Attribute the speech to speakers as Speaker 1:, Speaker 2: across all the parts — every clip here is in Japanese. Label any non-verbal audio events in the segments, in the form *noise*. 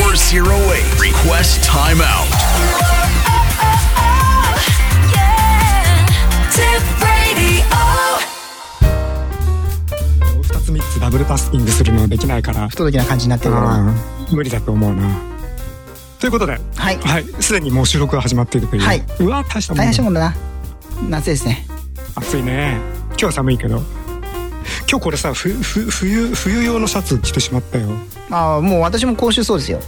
Speaker 1: 808. Request
Speaker 2: Oh,
Speaker 1: timeout.
Speaker 2: Tip Radio.
Speaker 3: 2つ3つダブルタスキングするのできないから
Speaker 4: 不届きな感じになってるのは。
Speaker 3: うん無理だと思うなということで
Speaker 4: はい。
Speaker 3: はいすでにもう収録が始まっているという、
Speaker 4: はい、
Speaker 3: うわ大したも
Speaker 4: 大変
Speaker 3: ん
Speaker 4: な
Speaker 3: だ
Speaker 4: もんだな。夏ですね。
Speaker 3: 暑いね今日は寒いけど今日これさふふ冬冬用のシャツ着てしまったよ
Speaker 4: ああ、もう私も今週そうですよ。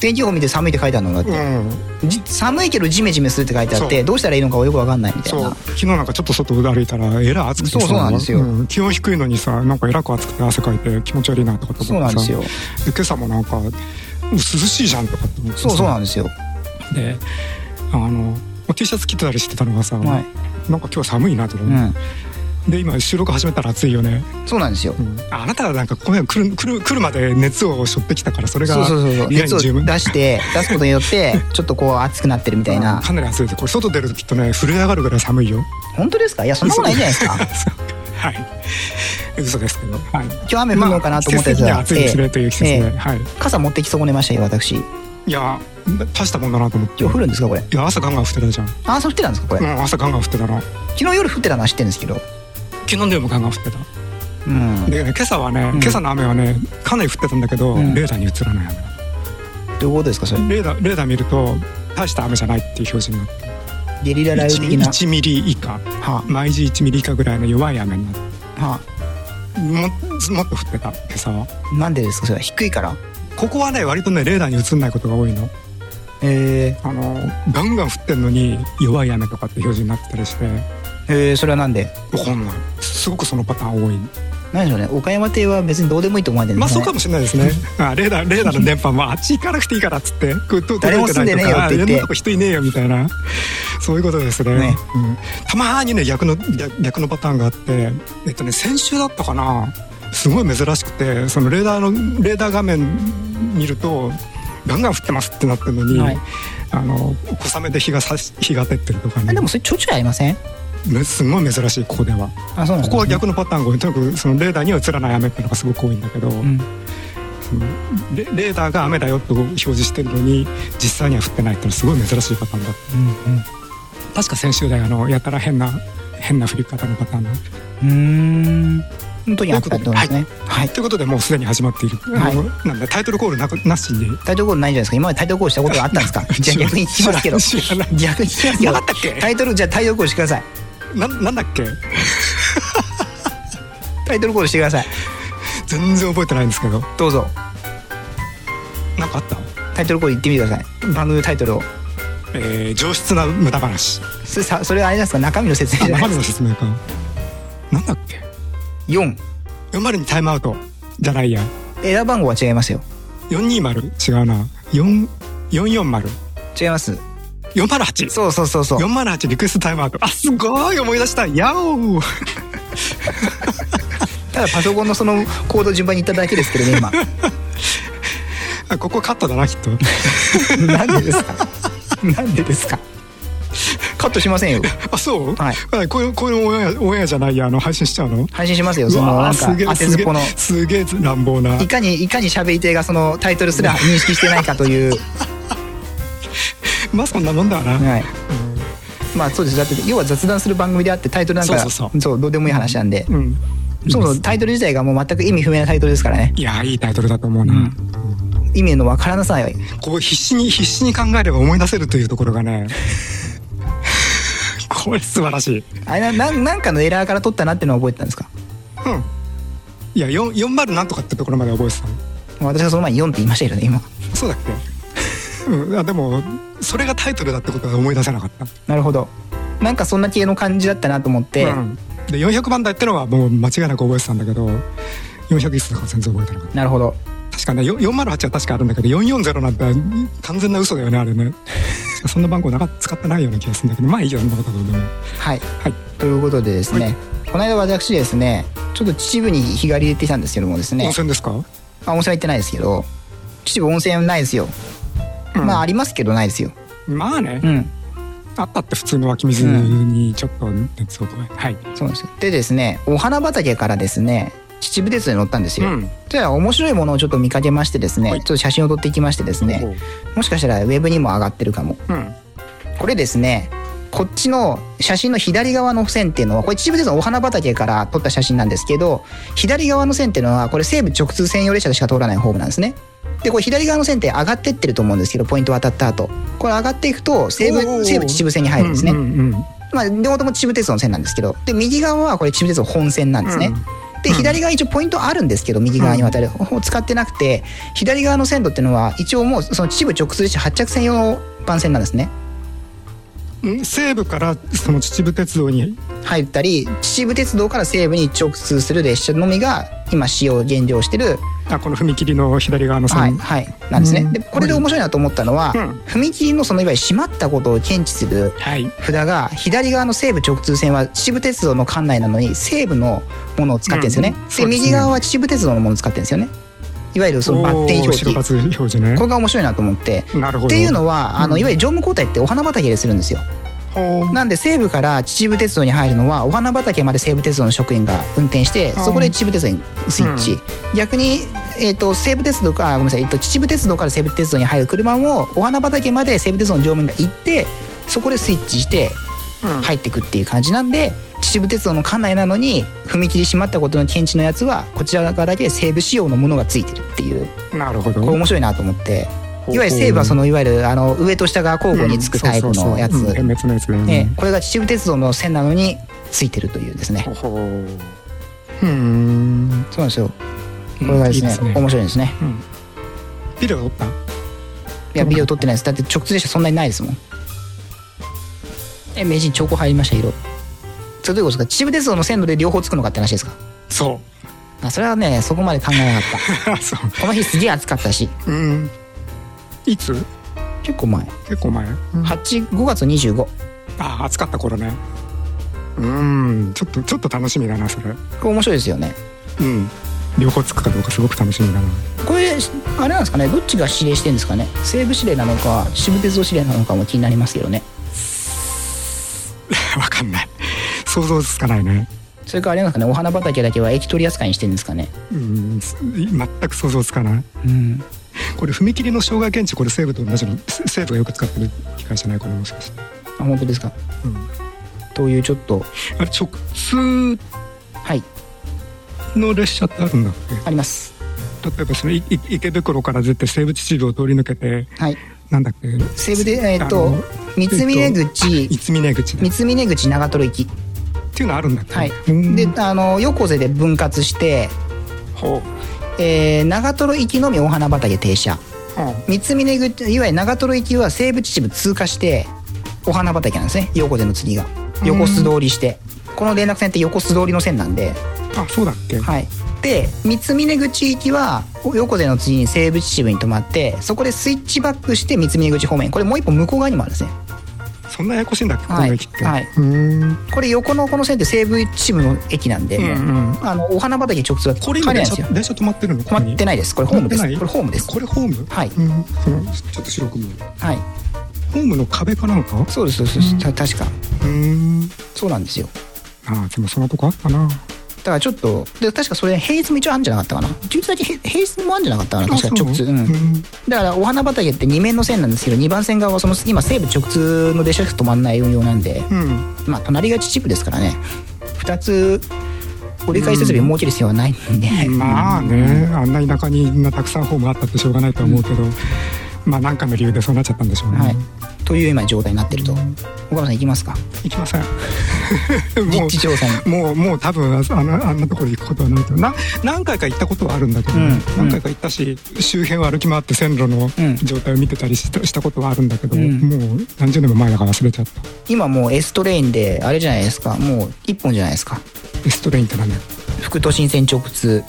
Speaker 4: 天気予報見て寒いって書いてあるのだって。
Speaker 3: ん
Speaker 4: じ寒いけどジメジメするって書いてあって
Speaker 3: そう
Speaker 4: どうしたらいいのかよくわかんないみたい
Speaker 3: そう
Speaker 4: な
Speaker 3: 昨日なんかちょっと外歩いたらえらい暑くてさ
Speaker 4: そうそうなんですよ
Speaker 3: ん気温低いのにさなんかえらく暑くて汗かいて気持ち悪いなとかと思ってさ
Speaker 4: そうなんですよ
Speaker 3: で今朝もなんかもう涼しいじゃんとかって思ってさ
Speaker 4: そうそうなんですよ
Speaker 3: であの T シャツ着てたりしてたのがさ、
Speaker 4: は
Speaker 3: な
Speaker 4: い
Speaker 3: んか今日寒いなと
Speaker 4: う
Speaker 3: 思って、
Speaker 4: ん
Speaker 3: で今収録始めたら暑いよね、
Speaker 4: そうなんですよ
Speaker 3: うんあなたはなんかこの来る来る来るまで熱を背負ってきたからそれが
Speaker 4: そうそうそうそう
Speaker 3: 意外
Speaker 4: 熱
Speaker 3: に
Speaker 4: を
Speaker 3: 十分
Speaker 4: 出して出すことによ
Speaker 3: *laughs*
Speaker 4: ってちょっとこう熱くなってるみたいな
Speaker 3: かなり暑いですこれ外出るときっとね震え上がるぐらい寒いよ *laughs*
Speaker 4: 本当ですかいやそんなことないじゃないですか
Speaker 3: はい嘘ですけど、はい、
Speaker 4: 今日雨降るのかなと思ったやつ
Speaker 3: ま
Speaker 4: は
Speaker 3: あ季節的には暑いです
Speaker 4: え
Speaker 3: ね
Speaker 4: え
Speaker 3: という季節で、
Speaker 4: ええ
Speaker 3: はい
Speaker 4: 傘持ってき損ねましたよ私
Speaker 3: いや大したもんだなと思って
Speaker 4: 今日降るんですかこれ
Speaker 3: いや朝ガンガン降ってたじゃん、
Speaker 4: あ朝降ってたんですかこれ、
Speaker 3: うん、朝ガンガン降ってたな
Speaker 4: 昨日夜降ってたのは知ってるんですけど
Speaker 3: 昨日でもガンガン降ってた
Speaker 4: うん
Speaker 3: でね今朝はね、
Speaker 4: ん
Speaker 3: 今朝の雨はねかなり降ってたんだけど、
Speaker 4: うん
Speaker 3: レーダーに映らない雨だ
Speaker 4: どういうことですかそれ
Speaker 3: レーダーレーダー見ると大した雨じゃないっていう表示になって
Speaker 4: ゲリラ雷雨的な
Speaker 3: 1, ミリ以下
Speaker 4: は
Speaker 3: 毎時1ミリ以下ぐらいの弱い雨になって
Speaker 4: あは
Speaker 3: ももっと降ってた今朝は
Speaker 4: あなんでですかそれは低いから
Speaker 3: ここはね割とねレーダーに映んないことが多いの
Speaker 4: え
Speaker 3: あのガンガン降ってんのに弱い雨とかって表示になってたりして
Speaker 4: ー、えー、それはなんで
Speaker 3: わかんないすごくそのパターン多い
Speaker 4: 何でしょうね岡山亭は別にどうでもいいと思われてるん
Speaker 3: ま
Speaker 4: で
Speaker 3: あ
Speaker 4: す
Speaker 3: そ
Speaker 4: か
Speaker 3: うか
Speaker 4: ね
Speaker 3: もしれないですね。 *laughs* あレーダーレーダーの電波もあっち行かなくていいからっつって、こうと
Speaker 4: 誰も住んでねえよって言って
Speaker 3: あいろんなとこ人いねえよみたいな、そういうことですね。
Speaker 4: ね
Speaker 3: うんたまーにね逆の逆逆のパターンがあって、えっとね先週だったかな、すごい珍しくて、そのレーダーのレーダー画面見ると。ガンガン降ってますってなってるのに、
Speaker 4: はい
Speaker 3: あの小雨で日がさし日が照ってるとかね
Speaker 4: あでもそれちょいちょいありません
Speaker 3: ねすごい珍しいここでは
Speaker 4: あそうなんですね
Speaker 3: ここは逆のパターンが多いとにかくそのレーダーには映らない雨っていうのがすごく多いんだけど、
Speaker 4: うん
Speaker 3: レレーダーが雨だよと表示してるのに実際には降ってないってのはすごい珍しいパターンだっ
Speaker 4: うん
Speaker 3: た確か先週であのやたら変な変な降り方のパターンだ
Speaker 4: うんうーん本当にあったってことですねはい
Speaker 3: ということでもうすでに始まっている、
Speaker 4: はい
Speaker 3: あのなんでタイトルコールなくなしに
Speaker 4: タイトルコールないんじゃないですか今までタイトルコールしたことがあったんで
Speaker 3: *laughs*
Speaker 4: すかじゃあ逆に聞きますけど
Speaker 3: 知らない知らない
Speaker 4: 逆に聞きますけど
Speaker 3: なかったっけ
Speaker 4: タイトルじゃあタイトルコールしてください
Speaker 3: ななんだっけ
Speaker 4: タイトルコールしてください
Speaker 3: 全然覚えてないんですけど
Speaker 4: どうぞ
Speaker 3: なんかあった
Speaker 4: タイトルコール言ってみてください番組タイトルを
Speaker 3: えー、上質な無駄話
Speaker 4: それさそれあれなんですか中身の説明じゃない
Speaker 3: ま
Speaker 4: で
Speaker 3: ず
Speaker 4: す
Speaker 3: の
Speaker 4: か
Speaker 3: 説明かなんだっけ
Speaker 4: 4
Speaker 3: 40にタイムアウトじゃないや
Speaker 4: 枝番号は違いますよ
Speaker 3: 420違うな4 440
Speaker 4: 違います
Speaker 3: 408
Speaker 4: そうそうそうそう
Speaker 3: 408リクエストタイムアウトあすごい思い出したやおー *laughs*
Speaker 4: ただパソコンのそのコード順番に言っただけですけど
Speaker 3: *laughs*
Speaker 4: ね今
Speaker 3: あここカットだなきっと
Speaker 4: なんでですかなんでですかカットしませんよ
Speaker 3: あそう、
Speaker 4: はい
Speaker 3: あこういうこういうオンエアオンエアじゃないやあの配信しちゃうの
Speaker 4: 配信しますよ
Speaker 3: う
Speaker 4: その
Speaker 3: わ
Speaker 4: な
Speaker 3: ー
Speaker 4: んか
Speaker 3: すげ
Speaker 4: 当
Speaker 3: え
Speaker 4: て
Speaker 3: す
Speaker 4: ずっ
Speaker 3: げ
Speaker 4: この
Speaker 3: えすげえ乱暴ない
Speaker 4: かにいかに喋り手がそのタイトルすら認識してないかという、
Speaker 3: まあそんなもんだわな、
Speaker 4: はい、まあそうですだって要は雑談する番組であってタイトルなんか
Speaker 3: そうそうそう
Speaker 4: どうでもいい話なんで、
Speaker 3: うん
Speaker 4: そもそもタイトル自体がもう全く意味不明なタイトルですからね
Speaker 3: いやーいいタイトルだと思うな、
Speaker 4: ん意味のわからなさい
Speaker 3: こう必死に必死に考えれば思い出せるというところがね *laughs* これ素晴らしい
Speaker 4: あれななんなんかのエラーから取ったなってのは覚えてたんですか
Speaker 3: うんいや4 40なんとかってところまで覚えてたの
Speaker 4: 私がその前に4って言いましたけどね今
Speaker 3: そうだっけ、うん、あでもそれがタイトルだってことは思い出せなかった
Speaker 4: なるほどなんかそんな系の感じだったなと思って、
Speaker 3: うんで400番台ってのはもう間違いなく覚えてたんだけど400いつだか全然覚えてなかっ
Speaker 4: なるほど
Speaker 3: た確かねよ408は確かあるんだけど440なんて完全な嘘だよねあれ
Speaker 4: *laughs*
Speaker 3: ねそんな番号なか使ってないような気がするんだけどまあいいよそんなことどうでも
Speaker 4: はい
Speaker 3: はい
Speaker 4: ということでですね、
Speaker 3: はい
Speaker 4: この間私ですねちょっと秩父に日帰りで行ってきたんですけどもです
Speaker 3: 温
Speaker 4: ね
Speaker 3: 泉ですか
Speaker 4: あ温泉は行ってないですけど秩父温泉ないですよ、
Speaker 3: うん
Speaker 4: まあありますけどないですよ
Speaker 3: まあね、
Speaker 4: うん
Speaker 3: あったって普通の湧き水にちょっと熱を加えはい
Speaker 4: そうなんですよでですねお花畑からですね秩父鉄道に乗ったんですよ、
Speaker 3: うん
Speaker 4: じゃあ面白いものをちょっと見かけましてですね、
Speaker 3: はい
Speaker 4: ちょっと写真を撮っていきましてですね、もしかしたらウェブにも上がってるかも
Speaker 3: うん
Speaker 4: これですねこっちの写真の左側の線っていうのはこれ秩父鉄道のお花畑から撮った写真なんですけど左側の線っていうのはこれ西武直通専用列車でしか通らないホームなんですねでこれ左側の線って上がってってると思うんですけどポイント渡った後これ上がっていくと西
Speaker 3: おー
Speaker 4: 武西武秩父線に入るんですね、
Speaker 3: うんうんうん
Speaker 4: まあ、両方とも秩父鉄道の線なんですけどで右側はこれ秩父鉄道本線なんですね、で左側一応ポイントあるんですけど右側に渡る、を使ってなくて左側の線路っていうのは一応もうその秩父直通列車発着専用の番線なんですね
Speaker 3: うん西部からその秩父鉄道に
Speaker 4: 入ったり秩父鉄道から西部に直通する列車のみが今使用現状してる
Speaker 3: あこの踏切の左側の線、
Speaker 4: はい、はい、なんですね、
Speaker 3: うん
Speaker 4: でこれで面白いなと思ったのは、
Speaker 3: うん
Speaker 4: 踏切のそのいわゆる閉まったことを検知する
Speaker 3: はい
Speaker 4: 札が左側の西武直通線は秩父鉄道の管内なのに西武のものを使ってるんですよね
Speaker 3: うん、そ
Speaker 4: で
Speaker 3: うですね
Speaker 4: 右側は秩父鉄道のものを使ってるんですよねいわゆるそのバッテン表
Speaker 3: おー白
Speaker 4: 記
Speaker 3: バツ表示ね
Speaker 4: これが面白いなと思って
Speaker 3: なるほど
Speaker 4: っていうのはあのいわゆる乗務交代ってお花畑でするんですよ
Speaker 3: ほう
Speaker 4: なんで西武から秩父鉄道に入るのはお花畑まで西武鉄道の職員が運転してそこで秩父鉄道にスイッチ、逆に、えー、と西武鉄道かあごめんなさい、えー、と秩父鉄道から西武鉄道に入る車もお花畑まで西武鉄道の乗務員が行ってそこでスイッチして入ってくっていう感じなんで、秩父鉄道の管内なのに踏切閉まったことの検知のやつはこちら側だけ西武仕様のものがついてるっていう
Speaker 3: なるほど
Speaker 4: これ面白いなと思って。
Speaker 3: う
Speaker 4: いわゆる西武はそのいわゆるあの上と下が交互につくタイプのやつ、
Speaker 3: うんそうそうそううん別のやつだよ
Speaker 4: え
Speaker 3: ね
Speaker 4: え、これが秩父鉄道の線なのについてるというですね
Speaker 3: ほほううーん
Speaker 4: そうなんですよこれがですね,、
Speaker 3: いいですね
Speaker 4: 面白いですね
Speaker 3: ビルがおった
Speaker 4: いやビデオ撮ってないですだって直通列車そんなにないですもんえ名人兆候入りました色それどういうことですか秩父鉄道の線路で両方つくのかって話ですか
Speaker 3: そ
Speaker 4: あそれはねそこまで考えなかっ
Speaker 3: う *laughs* そ
Speaker 4: たこの日すげえ暑かったし
Speaker 3: ううんいつ
Speaker 4: 結構前
Speaker 3: 結構前、うんあ
Speaker 4: 85月25
Speaker 3: あ暑かった頃ねうーんちょっとちょっと楽しみだなそれ
Speaker 4: これ面白いですよね
Speaker 3: うん両方つくかどうかすごく楽しみだな *laughs*
Speaker 4: これあれなんですかねどっちが指令してるんですかね西武指令なのか秩父鉄道指令なのかも気になりますけどね
Speaker 3: わかんない想像つかないね
Speaker 4: それからあれなんですかねお花畑だけは駅取り扱いにしてるんですかね
Speaker 3: うんす全く想像つかない
Speaker 4: うん
Speaker 3: これ踏切の障害検知これ西武と同じのせ西武がよく使ってる機械じゃないこれもしかして、
Speaker 4: あ本当ですか
Speaker 3: うん、
Speaker 4: というちょっと
Speaker 3: あれ直通
Speaker 4: はい
Speaker 3: の列車ってあるんだっ
Speaker 4: あります
Speaker 3: け例えばそのいい池袋から出て西武秩父を通り抜けて
Speaker 4: はい
Speaker 3: なんだっけ
Speaker 4: 西武でえーっと
Speaker 3: あの
Speaker 4: 三峰
Speaker 3: えっ
Speaker 4: 口
Speaker 3: と三峰口だ
Speaker 4: 三
Speaker 3: っ
Speaker 4: 峰口長瀞行き
Speaker 3: ていうのあるんだっけ、
Speaker 4: はい
Speaker 3: うん
Speaker 4: であの横瀬で分割して、
Speaker 3: ほ
Speaker 4: えー長瀞行きのみお花畑停車
Speaker 3: うほう
Speaker 4: 三峰口いわゆる長瀞行きは西武秩父通過してお花畑なんですね横瀬の次が横須通りしてこの連絡線って横須通りの線なんで
Speaker 3: あそうだっけ、
Speaker 4: はい、で三峰口行きは横手の次に西武秩父に泊まってそこでスイッチバックして三峰口方面これもう一歩向こう側にもあるんですね
Speaker 3: そんなややこしいんだっけ、
Speaker 4: は
Speaker 3: こ
Speaker 4: い
Speaker 3: の駅って、
Speaker 4: はいう
Speaker 3: ーん
Speaker 4: これ横のこの線って西武秩父の駅なんで、
Speaker 3: うんうん
Speaker 4: あのお花畑直通は
Speaker 3: これ
Speaker 4: 帰
Speaker 3: 今
Speaker 4: れない
Speaker 3: 電車
Speaker 4: んですよ
Speaker 3: 電車止まってるの
Speaker 4: 止まってないですこれホームです
Speaker 3: 止
Speaker 4: こ
Speaker 3: まって
Speaker 4: れ
Speaker 3: ない
Speaker 4: ホームです
Speaker 3: これホーム
Speaker 4: はい
Speaker 3: うんそのちょっと白く見える
Speaker 4: はい
Speaker 3: ホームの壁かなんかう
Speaker 4: そうですそうです、た確か
Speaker 3: ーん
Speaker 4: そうなんですよ
Speaker 3: ああでもそんなとこあったな
Speaker 4: だからちょっとで確かそれ平日も一応あるんじゃなかったかな11だけ平平日もあるんじゃなかったかな確
Speaker 3: あそ
Speaker 4: か
Speaker 3: う
Speaker 4: 直通うん
Speaker 3: うん
Speaker 4: だからお花畑って2面の線なんですけど2番線側はその今西武直通の列車しか止まんない運用なんで、
Speaker 3: *laughs* うん
Speaker 4: まあ隣が秩父ですからね2つ折り返し設備を設ける必要はないんで、
Speaker 3: まあねあんな田舎にたくさんホームあったってしょうがないとは思うけど、まあ何かの理由でそうなっちゃったんでしょうね、
Speaker 4: はい、という今状態になってると岡野さん行きますか
Speaker 3: 行きま
Speaker 4: *laughs*
Speaker 3: せんも
Speaker 4: 実地調査に
Speaker 3: うもうもう多分あのあんなところ行くことはないとな何回か行ったことはあるんだけど、
Speaker 4: うん
Speaker 3: 何回か行ったし周辺を歩き回って線路の
Speaker 4: うん
Speaker 3: 状態を見てたりしたしたことはあるんだけど、
Speaker 4: うん
Speaker 3: もう何十年も前だから忘れちゃった
Speaker 4: 今もう S トレインであれじゃないですかもう1本じゃないですか
Speaker 3: エストレインって何だよ
Speaker 4: 副都心線直通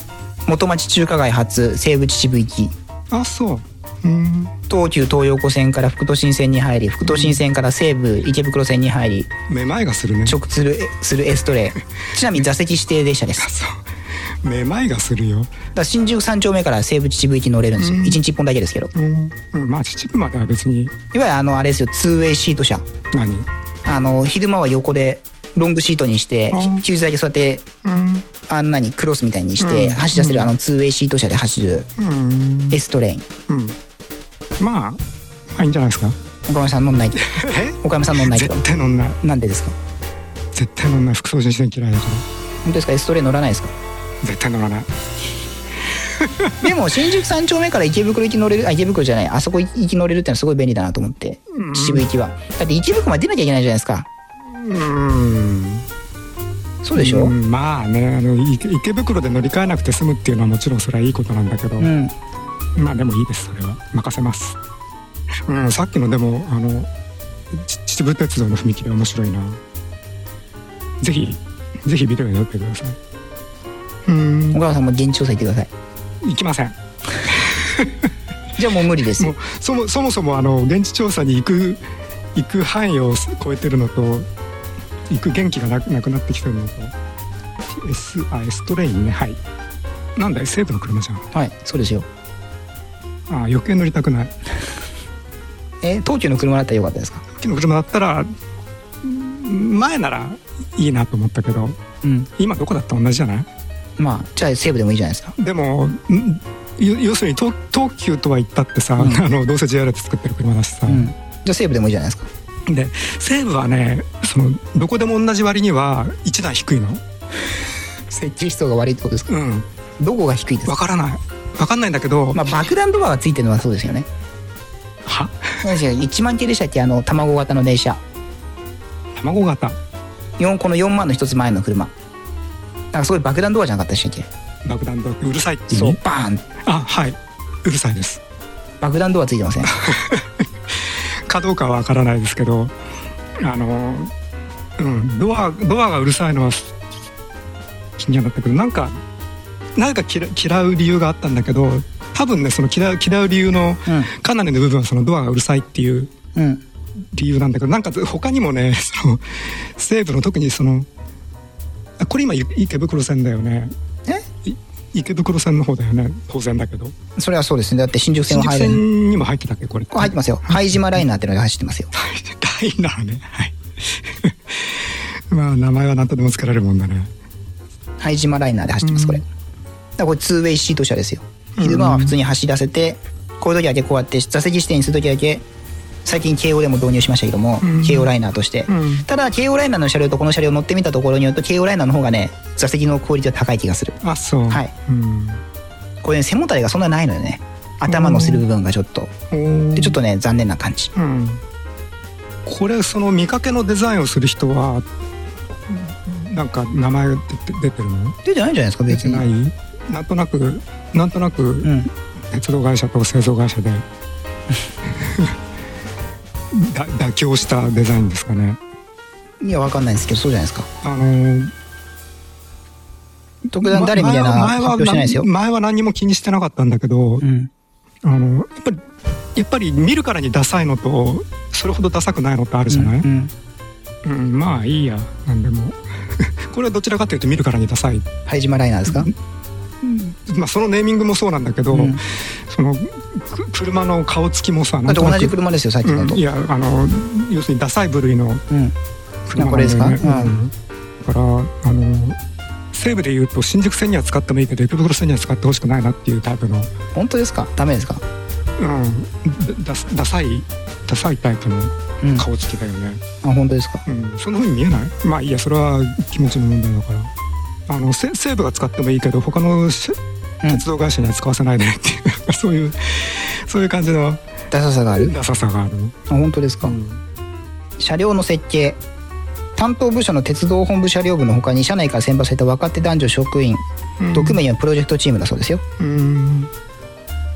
Speaker 4: 元町中華街発西武秩父行き
Speaker 3: あそううん
Speaker 4: 東急東横線から副都心線に入り副都心線から西武池袋線に入り
Speaker 3: めまいがするね
Speaker 4: 直通るする S トレイン
Speaker 3: *laughs*
Speaker 4: ちなみに座席指定列車です
Speaker 3: そうめまいがするよ、
Speaker 4: だから新宿3丁目から西武秩父行き乗れるんですよ、
Speaker 3: うん
Speaker 4: 一1日1本だけですけど
Speaker 3: うんうん、まあ秩父までは別に
Speaker 4: いわゆるあのあれですよ 2way シート車
Speaker 3: 何
Speaker 4: あの昼間は横でロングシートにして
Speaker 3: あー
Speaker 4: 救済でそうやって
Speaker 3: うん
Speaker 4: あんなにクロスみたいにして
Speaker 3: うん
Speaker 4: 走らせるあの 2way シート車で走る
Speaker 3: うん、
Speaker 4: S トレイン
Speaker 3: うん、まあまあいいんじゃないですか
Speaker 4: 岡山さん乗んない
Speaker 3: *laughs* え
Speaker 4: 岡山さん乗んないけど
Speaker 3: 絶対乗んない
Speaker 4: なんでですか
Speaker 3: 絶対乗んない副操縦士嫌いだか
Speaker 4: 本当ですか S トレイン乗らな
Speaker 3: *laughs*
Speaker 4: いですから
Speaker 3: 絶対乗らない
Speaker 4: でも新宿三丁目から池袋行き乗れるあ池袋じゃないあそこ行き乗れるってのはすごい便利だなと思って
Speaker 3: うん
Speaker 4: 秩父行きはだって池袋まで出なきゃいけないじゃないですか
Speaker 3: うん
Speaker 4: そうでしょ、う
Speaker 3: うんんまあねあのい池袋で乗り換えなくて済むっていうのはもちろんそれはいいことなんだけど、まあでもいいですそれは任せますうんさっきのでもあのち秩父鉄道の踏切面白いなぜひぜひビデオに撮ってくださいう
Speaker 4: 小
Speaker 3: ん
Speaker 4: 川さんも現地調査行ってください
Speaker 3: 行きません
Speaker 4: じゃあもう無理です
Speaker 3: も
Speaker 4: よ
Speaker 3: うそもそもそもあの現地調査に行く行く範囲を超えてるのと行く元気がなくなくなってきてるのと S, あ S トレインねはいなんだよ西武の車じゃん
Speaker 4: はいそうですよ
Speaker 3: あ余計乗りたくない
Speaker 4: え東急の車だったらよかったですか
Speaker 3: さっきの車だったらうん前ならいいなと思ったけど
Speaker 4: うん
Speaker 3: 今どこだって同じじゃない
Speaker 4: まあじゃあ西武でもいいじゃないですか
Speaker 3: でもんよ要するに東東急とは言ったってさ、
Speaker 4: うん
Speaker 3: あのどうせ JR で作ってる車だしさ、
Speaker 4: うんじゃあ西武でもいいじゃないですか
Speaker 3: で西武はねそのどこでも同じ割には一段低いの
Speaker 4: 設計思想が悪いってことですか
Speaker 3: うん
Speaker 4: どこが低いです
Speaker 3: わ
Speaker 4: か
Speaker 3: からないわかんないんだけど、
Speaker 4: まあ爆弾ドアがついてるのはそうですよね
Speaker 3: は
Speaker 4: 何ですか1万系でしたっけあの卵型の電車
Speaker 3: 卵型
Speaker 4: 四この4万の一つ前の車なんかすごい爆弾ドアじゃなかったでしたっ
Speaker 3: 爆弾だってうるさいって
Speaker 4: け
Speaker 3: 意味
Speaker 4: そうバーン
Speaker 3: あはいうるさいです
Speaker 4: 爆弾ドアついてません
Speaker 3: かどうかはわからないですけどあのうんドアドアがうるさいのは気にはなったけどなんかなんか嫌嫌う理由があったんだけど多分ねその嫌う嫌う理由の
Speaker 4: うん
Speaker 3: かなりの部分はそのドアがうるさいっていう
Speaker 4: うん
Speaker 3: 理由なんだけどなんか他にもねその西武の特にそのあこれ今い池袋線だよね
Speaker 4: え
Speaker 3: い池袋線の方だよね当然だけど
Speaker 4: それはそうですねだって新宿線
Speaker 3: 新
Speaker 4: は
Speaker 3: 宿
Speaker 4: 入る
Speaker 3: 線にも入ってたっけこれ
Speaker 4: ここ入ってますよ拝島ライナーってのが走ってますよ
Speaker 3: 大変なのねはい *laughs* まあ名前は何とでもつけられるもんだね
Speaker 4: 拝島ライナーで走ってますこれだからこれ 2way シート車ですよ
Speaker 3: ん
Speaker 4: 昼間は普通に走らせてこういう時だけこうやって座席指定にする時だけ最近慶応でも導入しましたけども、
Speaker 3: ん
Speaker 4: 慶応ライナーとして、
Speaker 3: うん
Speaker 4: ただ慶応ライナーの車両とこの車両乗ってみたところによると慶応ライナーの方がね座席のクオリティは高い気がする
Speaker 3: あそう
Speaker 4: はい
Speaker 3: うん
Speaker 4: これね背もたれがそんなないのよね頭乗せる部分がちょっとでちょっとね残念な感じ
Speaker 3: うんこれその見かけのデザインをする人はなんか名前出て出てるの
Speaker 4: 出てないんじゃないですか
Speaker 3: 出
Speaker 4: 別
Speaker 3: て
Speaker 4: に
Speaker 3: ないなんとなくなんとな
Speaker 4: う
Speaker 3: く
Speaker 4: ん
Speaker 3: 鉄道会社と製造会
Speaker 4: *laughs*
Speaker 3: 社でだ妥協したデザインですかね
Speaker 4: いやわかんないんですけどそうじゃないですか
Speaker 3: あの
Speaker 4: 特段誰みたいな
Speaker 3: ま
Speaker 4: 発表してないですよ、
Speaker 3: 前は何前は何にも気にしてなかったんだけど、
Speaker 4: うん、
Speaker 3: あのやっぱりやっぱり見るからにダサいのとそれほどダサくないのってあるじゃない、う
Speaker 4: うんん
Speaker 3: まあいいやなんでも *laughs* これはどちらかというと見るからにダサい、
Speaker 4: 拝島ライナーですか
Speaker 3: まあ、そのネーミングもそうなんだけど、
Speaker 4: うん
Speaker 3: そのく車の顔つきもさ
Speaker 4: だ
Speaker 3: な
Speaker 4: っ
Speaker 3: ん
Speaker 4: て
Speaker 3: とな
Speaker 4: 同
Speaker 3: く
Speaker 4: じ車ですよさっき
Speaker 3: う
Speaker 4: のと
Speaker 3: ん、いやあの要するにダサい部類の
Speaker 4: うん
Speaker 3: 車
Speaker 4: これですか
Speaker 3: なんだよね
Speaker 4: うん
Speaker 3: うんだからあの西部でいうと新宿線には使ってもいいけど池袋線には使ってほしくないなっていうタイプの
Speaker 4: 本当ですかダメですか
Speaker 3: うん、だダサいダサいタイプの
Speaker 4: うんあ
Speaker 3: 顔つきだよね、
Speaker 4: 本当ですか
Speaker 3: うんそんな風に見えないまあいいやそれは気持ちの問題だからあのせ西武が使ってもいいけど他のし
Speaker 4: うん
Speaker 3: 鉄道会社には使わせないで *laughs* っていう、なんかそういうそういう感じの
Speaker 4: ダサさがある
Speaker 3: ダサさがある、
Speaker 4: あ本当ですか、車両の設計担当部署の鉄道本部車両部のほかに社内から選抜された若手男女職員
Speaker 3: うん
Speaker 4: 6名のプロジェクトチームだそうですよ、
Speaker 3: うん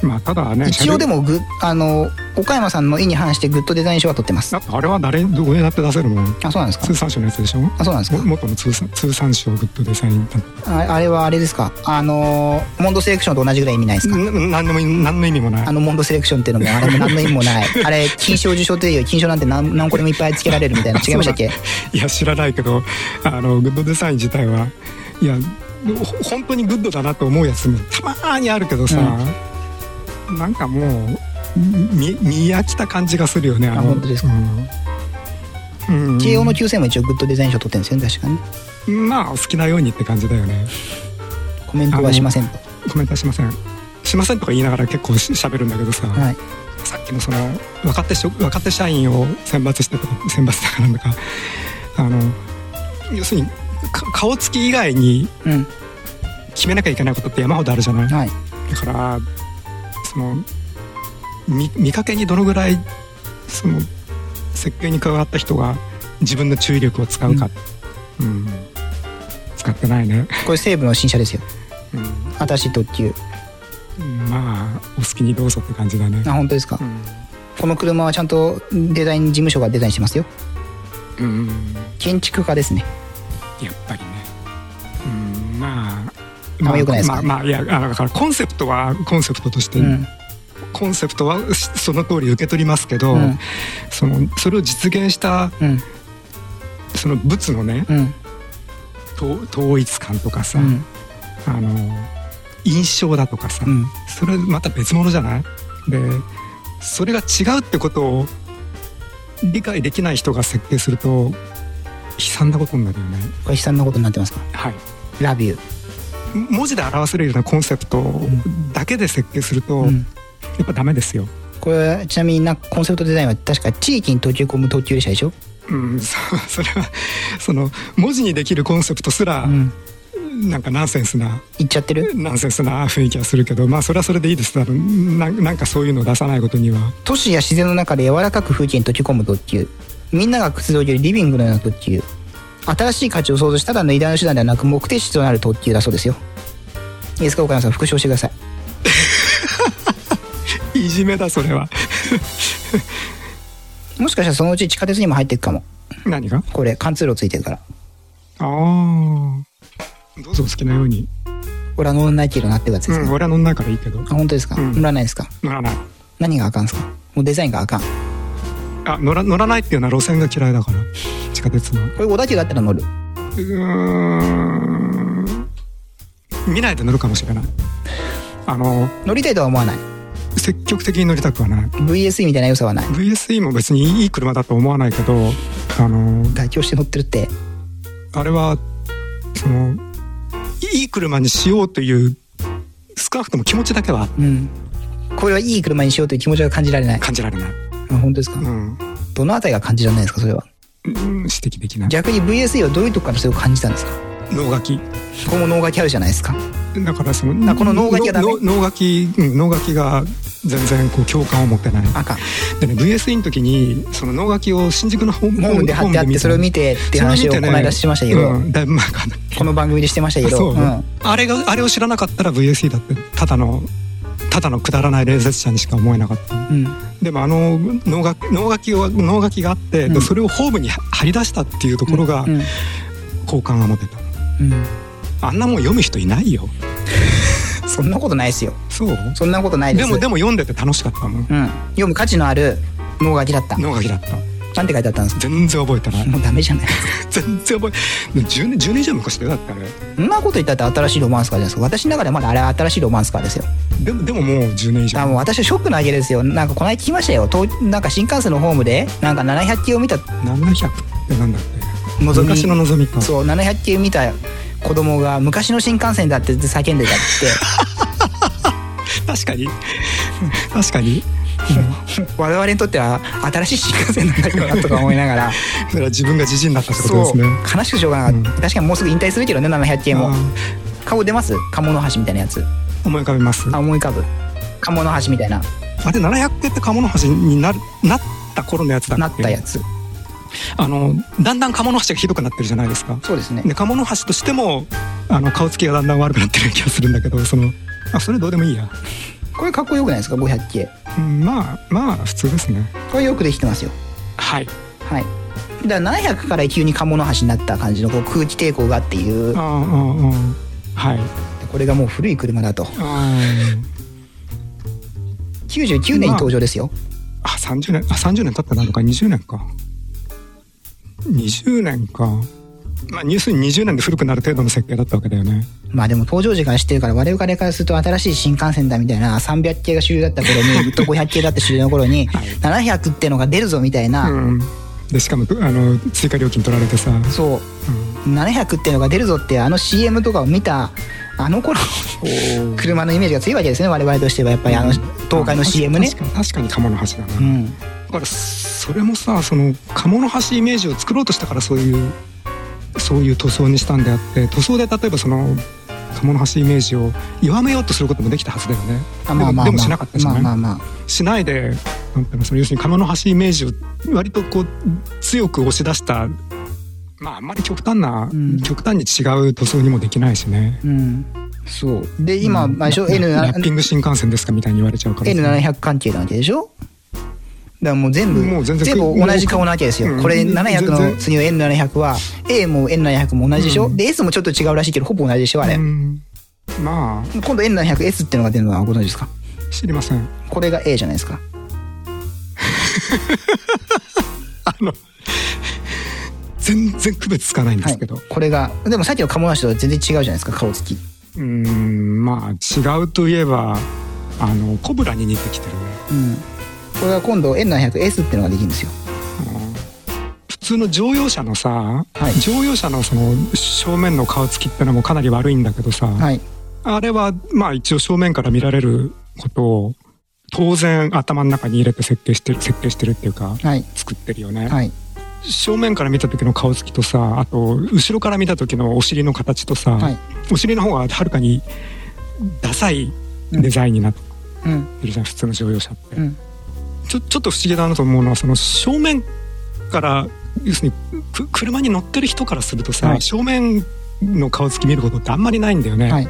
Speaker 3: まあただね
Speaker 4: 一応で
Speaker 3: も
Speaker 4: もぐあの岡山さんの意に反してグッドデザイン賞は取ってます
Speaker 3: だってあれは誰どこにだって出せるもん
Speaker 4: あそうなんですか
Speaker 3: 通産省のやつでしょも
Speaker 4: あそうなんですか
Speaker 3: 元の通産通産省グッドデザインだ
Speaker 4: ああれはあれですかあのモンドセレクションと同じぐらい意味ないですか
Speaker 3: んなんでもい何の意味もない
Speaker 4: *laughs* あのモンドセレクションっていうのもあれも何の意味もない *laughs* あれ金賞受賞というより金賞なんて何何個でもいっぱいつけられるみたい *laughs* な違いましたっけ
Speaker 3: いや知らないけどあのグッドデザイン自体はいやほ本当にグッドだなと思うやつもたまーにあるけどさ、なんかもうみ見見飽きた感じがするよねあ
Speaker 4: あ
Speaker 3: の
Speaker 4: 本当ですか
Speaker 3: うんうん
Speaker 4: 慶応の9000も一応グッドデザイン賞取ってるんですよね確かね
Speaker 3: まあお好きなようにって感じだよね
Speaker 4: コメントはしませんと
Speaker 3: コメントはしませんしませんとか言いながら結構しゃべるんだけどさ、
Speaker 4: はい
Speaker 3: さっきのその若手しょ若手社員を選抜してとか選抜だからなんだかあの要するにか顔つき以外に
Speaker 4: うん
Speaker 3: 決めなきゃいけないことって山ほどあるじゃない
Speaker 4: はい
Speaker 3: だからその見見かけにどのぐらいその設計に関わった人が自分の注意力を使うか、うん使ってないね、
Speaker 4: これ西武の新車ですよ
Speaker 3: う
Speaker 4: 新しい特急
Speaker 3: ん、まあお好きにどうぞって感じだね
Speaker 4: あ本当ですか、
Speaker 3: ん
Speaker 4: この車はちゃんとデザイン事務所がデザインしてますよ
Speaker 3: うん
Speaker 4: 建築家ですね
Speaker 3: やっぱりねうんまあ
Speaker 4: あんま良くないですか
Speaker 3: まあまあいやあのだからコンセプトはコンセプトとして、
Speaker 4: うん
Speaker 3: コンセプトはしその通り受け取りますけど、
Speaker 4: うん
Speaker 3: そのそれを実現した
Speaker 4: うん
Speaker 3: その物のね、
Speaker 4: うん
Speaker 3: と統一感とか
Speaker 4: う
Speaker 3: さ、
Speaker 4: ん
Speaker 3: あの印象だとかさ、
Speaker 4: うん
Speaker 3: それまた別物じゃないでそれが違うってことを理解できない人が設計すると悲惨なことになるよね。
Speaker 4: これ悲惨なことになってますか
Speaker 3: はい、
Speaker 4: ラビュー
Speaker 3: 文字で表せるようなコンセプトだけで設計すると、
Speaker 4: うん
Speaker 3: やっぱダメですよ。
Speaker 4: これちなみになコンセプトデザインは確か地域に途中込む特急列車でしょ、
Speaker 3: うん、そ *laughs* それはその文字にできるコンセプトすら、
Speaker 4: うん、
Speaker 3: なんかナンセンスな
Speaker 4: 行っちゃってる
Speaker 3: ナンセンスな雰囲気はするけどまあそれはそれでいいですだろなんなんかそういうのを出さないことには
Speaker 4: 都市や自然の中で柔らかく風景に溶け込む特急みんながくつろげるリビングのような特急新しい価値を創造しただの偉大な手段ではなく目的地となる特急だそうですよいいですか岡山さん復唱してください
Speaker 3: いじめだそれは *laughs*
Speaker 4: もしかしたらそのうち地下鉄にも入っていくかも
Speaker 3: 何が
Speaker 4: これ貫通路ついてるから
Speaker 3: ああどうぞお好きなように、
Speaker 4: 俺は乗らないけどなってるやつで
Speaker 3: う
Speaker 4: すね、
Speaker 3: ん、俺は乗んないからいいけど
Speaker 4: あ本当ですか、
Speaker 3: うん
Speaker 4: 乗らないですか
Speaker 3: 乗らない
Speaker 4: 何があかんですかもうデザインがあかんこ
Speaker 3: あ乗ら乗らないっていうのは路線が嫌いだから地下鉄のう
Speaker 4: れ小田急だったら乗る
Speaker 3: ーん見ないで乗るかもしれないあの
Speaker 4: 乗りたいとは思わない
Speaker 3: 積極的に乗りたくはない
Speaker 4: VSE みたいな良さはない
Speaker 3: VSE も別にいい車だと思わないけどあの
Speaker 4: 妥協して乗ってるって
Speaker 3: あれはそのいい車にしようという少なくとも気持ちだけは
Speaker 4: うんこれはいい車にしようという気持ちが感じられない
Speaker 3: 感じられない、
Speaker 4: あ本当ですか、
Speaker 3: うん、
Speaker 4: どのあたりが感じられないですかそれは
Speaker 3: うん指摘できない
Speaker 4: 逆に VSE はどういうとこからそれを感じたんですか
Speaker 3: 脳書き
Speaker 4: ここも脳書きあるじゃないですか
Speaker 3: だからその
Speaker 4: あこの脳書きはダメ
Speaker 3: のの脳書き、うん、脳書きが全然こう共感を持ってない
Speaker 4: 赤
Speaker 3: でね VSE の時にその脳書きを新宿のホーム
Speaker 4: ホームで貼ってあってそれを見てっていう話をこの間しましたけど、
Speaker 3: うん、だいぶ前かな
Speaker 4: この番組でしてましたけ
Speaker 3: あそ
Speaker 4: ど
Speaker 3: う、
Speaker 4: うん
Speaker 3: あれがあれを知らなかったら VSE だってただのただのくだらない連接者にしか思えなかった
Speaker 4: うん
Speaker 3: でもあの能書き能書きは能書きがあって、
Speaker 4: うん
Speaker 3: でそれをホームに張り出したっていうところが
Speaker 4: うん
Speaker 3: 好感が持てた、
Speaker 4: うん
Speaker 3: あんなもん読む人いないよ
Speaker 4: そんなことないですよ
Speaker 3: そう
Speaker 4: そんなことないで
Speaker 3: ですもでも読んでて楽しかったもん
Speaker 4: うん、読む価値のある脳書きだった
Speaker 3: 能書きだった
Speaker 4: なんて書いてあったんですか
Speaker 3: 全然覚えてない
Speaker 4: もうダメじゃない
Speaker 3: *laughs* 全然覚え10年 ,10 年以上昔だよだってあれ
Speaker 4: そんなこと言ったって新しいロマンスカーじゃないですか私の中ではまだあれは新しいロマンスカーですよ
Speaker 3: でもでももう10年以
Speaker 4: だから
Speaker 3: 上
Speaker 4: もう私はショックなわけですよなんかこの間聞きましたよ東なんか新幹線のホームでなんか700系を見た
Speaker 3: 700ってなんだっけ
Speaker 4: のぞみ
Speaker 3: 昔の望みか
Speaker 4: そう700系見た子供が昔の新幹線だって言って叫んでた
Speaker 3: *laughs*
Speaker 4: っ
Speaker 3: 確かに *laughs* 確かに
Speaker 4: て我々にとっては新しい新幹線なんだけどなとか思いな
Speaker 3: *laughs*
Speaker 4: がら
Speaker 3: それは自分が自信だったってことで
Speaker 4: そ
Speaker 3: す
Speaker 4: う
Speaker 3: ね
Speaker 4: 悲しくしょうがなかった、確かにもうすぐ引退するけどね700系も
Speaker 3: あ
Speaker 4: 顔出ます鴨の橋みたいなやつ
Speaker 3: ー思い浮かべます
Speaker 4: あ思い浮かぶ鴨の橋みたいな
Speaker 3: あれ700系って鴨の橋になるなった頃のやつだっけ
Speaker 4: なったやつ
Speaker 3: あのだんだん鴨の橋がひどくなってるじゃないですか。
Speaker 4: そうですね
Speaker 3: で鴨の橋としてもあの顔つきがだんだん悪くなってる気がするんだけどそのあそれどうでもいいや、
Speaker 4: これかっこよくないですか500系
Speaker 3: うん、まあまあ普通ですね
Speaker 4: これよくできてますよ
Speaker 3: はい
Speaker 4: はいだから700から急に鴨の橋になった感じのこう空気抵抗がっていう
Speaker 3: ああああはい
Speaker 4: これがもう古い車だと
Speaker 3: あ
Speaker 4: 99年に登場ですよ、
Speaker 3: ああ30年あ30年経ってないのか20年か20年かまあニュースに20年で古くなる程度の設計だったわけだよね
Speaker 4: まあでも登場時から知ってるから我々からすると新しい新幹線だみたいな300系が主流だった頃にと500系だった主流の頃に
Speaker 3: はい
Speaker 4: 700ってのが出るぞみたいな
Speaker 3: うんでしかもあの追加料金取られてさ、うん
Speaker 4: そう700っていうのが出るぞってあの CM とかを見たあの頃の車のイメージが強いわけですね我々としてはやっぱりあの東海の CM ね
Speaker 3: 確かに確かに鴨の橋だな、
Speaker 4: うん
Speaker 3: だからそれもさその鴨の橋イメージを作ろうとしたからそういうそういう塗装にしたんであって塗装で例えばその鴨の橋イメージを弱めようとすることもできたはずだよね
Speaker 4: あまあ
Speaker 3: で
Speaker 4: ま
Speaker 3: も
Speaker 4: あ
Speaker 3: でも
Speaker 4: ま
Speaker 3: しな
Speaker 4: あ
Speaker 3: かったじゃ
Speaker 4: ま
Speaker 3: な
Speaker 4: あ
Speaker 3: い、
Speaker 4: まあま
Speaker 3: しないでなんていうのその要するに鴨の橋イメージを割とこう強く押し出したまああんまり極端な、
Speaker 4: うん
Speaker 3: 極端に違う塗装にもできないしね
Speaker 4: あうんそうで今
Speaker 3: うん
Speaker 4: 最初
Speaker 3: ラ
Speaker 4: N
Speaker 3: ラッピング新幹線ですかみたいに言われちゃうからさ
Speaker 4: N700 関係なわけでしょだからもう全部
Speaker 3: もう全然
Speaker 4: 全部同じ顔なわけですよ、
Speaker 3: うん
Speaker 4: これ700
Speaker 3: 全
Speaker 4: の
Speaker 3: 然
Speaker 4: 次の N700 は A も N700 も同じでしょ、で S もちょっと違うらしいけどほぼ同じでしょあれ、
Speaker 3: うんまあ
Speaker 4: 今度 N700S っていうのが出るのはご存知ですか
Speaker 3: 知りません
Speaker 4: これが A じゃないですか
Speaker 3: あの全然区別つかないんで
Speaker 4: は
Speaker 3: す
Speaker 4: い
Speaker 3: けど、、
Speaker 4: これがでもさっきの鴨梨とは全然違うじゃないですか顔つき
Speaker 3: うーんまあ違うといえばあのコブラに似てきてるね
Speaker 4: うんこれが今度 N700S っていうのができるんですよ
Speaker 3: 普通の乗用車のさ、
Speaker 4: はい
Speaker 3: 乗用車のその正面の顔つきってのもかなり悪いんだけどさ、
Speaker 4: はい
Speaker 3: あれはまあ一応正面から見られることを当然頭の中に入れて設計してる設計してるっていうか
Speaker 4: はい
Speaker 3: 作ってるよね、
Speaker 4: はい
Speaker 3: 正面から見た時の顔つきとさあと後ろから見た時のお尻の形とさ、
Speaker 4: はい
Speaker 3: お尻の方がはるかにダサいデザインになって
Speaker 4: うん
Speaker 3: るじゃん、普通の乗用車って、
Speaker 4: うん
Speaker 3: ちょちょっと不思議だなと思うのはその正面から要するにく車に乗ってる人からするとさ、
Speaker 4: はい
Speaker 3: 正面の顔つき見ることってあんまりないんだよね、
Speaker 4: はい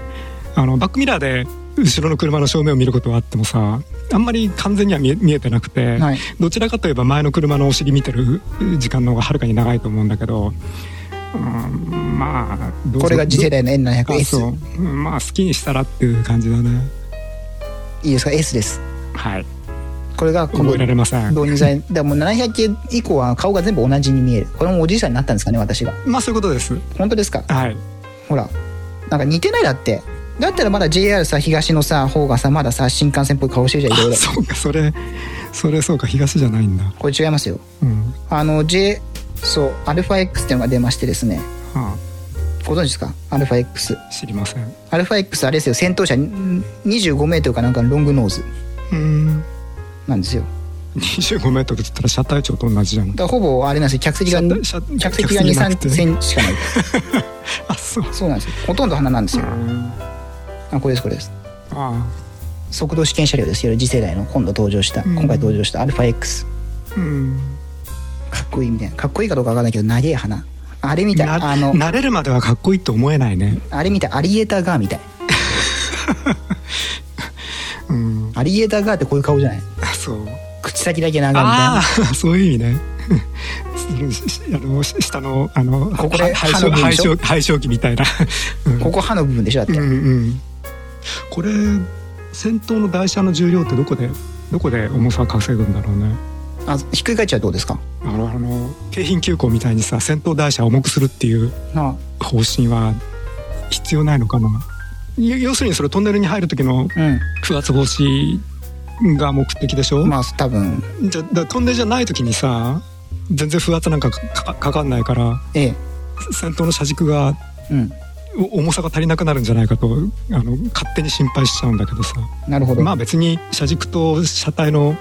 Speaker 3: あのバックミラーで後ろの車の正面を見ることはあってもさあんまり完全には見え見えてなくて、
Speaker 4: はい
Speaker 3: どちらかといえば前の車のお尻見てる時間の方がはるかに長いと思うんだけど、うん、まあどうぞ
Speaker 4: これが次世代の
Speaker 3: あそ
Speaker 4: N700S
Speaker 3: ううんまあ好きにしたらっていう感じだね
Speaker 4: いいですか S です
Speaker 3: はい
Speaker 4: これが
Speaker 3: 覚
Speaker 4: 今度
Speaker 3: えられません
Speaker 4: 導入されでもう700系以降は顔が全部同じに見えるこれもおじいさんになったんですかね私が
Speaker 3: まあそういうことです
Speaker 4: 本当ですか
Speaker 3: はい
Speaker 4: ほらなんか似てないだってだったらまだ JR さ東のさ方がさまださ新幹線っぽい顔してるじゃんいろい
Speaker 3: あ
Speaker 4: ろ
Speaker 3: そうかそれそれそうか東じゃないんだ
Speaker 4: これ違いますよ
Speaker 3: うん
Speaker 4: あの J そう αX っていうのが出ましてですね
Speaker 3: は
Speaker 4: ご存知ですか αX
Speaker 3: あ知りません
Speaker 4: αX あれですよ先頭車に25メートルかなんかのロングノーズ
Speaker 3: うん
Speaker 4: なんですよ
Speaker 3: 25メートルって言ったら車体長と同じじゃん
Speaker 4: だからほぼあれなんですよ客席が
Speaker 3: 車体車
Speaker 4: 客席が2、3
Speaker 3: 客席な
Speaker 4: 線しかない
Speaker 3: あそう
Speaker 4: そうなんですよほとんど鼻なんですよ
Speaker 3: うん
Speaker 4: あこれですこれです
Speaker 3: あ
Speaker 4: 速度試験車両ですよ次世代の今度登場した
Speaker 3: ん
Speaker 4: 今回登場した αX
Speaker 3: あうん
Speaker 4: かっこいいみたいなかっこいいかどうかわかんないけど長い鼻あれみたい
Speaker 3: な
Speaker 4: あの
Speaker 3: 慣れるまではかっこいいと思えないね
Speaker 4: あれみたいアリエーターガーみたい
Speaker 3: うん
Speaker 4: アリエーターガーってこういう顔じゃない
Speaker 3: あそう
Speaker 4: 口先だけ長いみたい
Speaker 3: あ
Speaker 4: な
Speaker 3: あそういう意味ねししあのし下のあの
Speaker 4: ここで
Speaker 3: 排
Speaker 4: 歯
Speaker 3: 消
Speaker 4: の部分
Speaker 3: 排
Speaker 4: でしょ
Speaker 3: 消排消器みたいなうん
Speaker 4: ここ歯の部分でしょだって、
Speaker 3: うんうんこれ先頭の台車の重量ってどこでどこで重さ稼ぐんだろうね
Speaker 4: あひっくり返っちゃうとどうですか
Speaker 3: あのあの京浜急行みたいにさ先頭台車を重くするっていう
Speaker 4: なあ
Speaker 3: 方針は必要ないのかな要要するにそれトンネルに入る時の
Speaker 4: うん
Speaker 3: 空圧防止が目的でしょ、
Speaker 4: まあ多分
Speaker 3: じゃだトンネルじゃない時にさ全然風圧なんかかかかかんないから
Speaker 4: ええ
Speaker 3: 先頭の車軸が
Speaker 4: うん
Speaker 3: お重さが足りなくなるんじゃないかとあの勝手に心配しちゃうんだけどさ
Speaker 4: なるほど、
Speaker 3: まあ別に車軸と車体の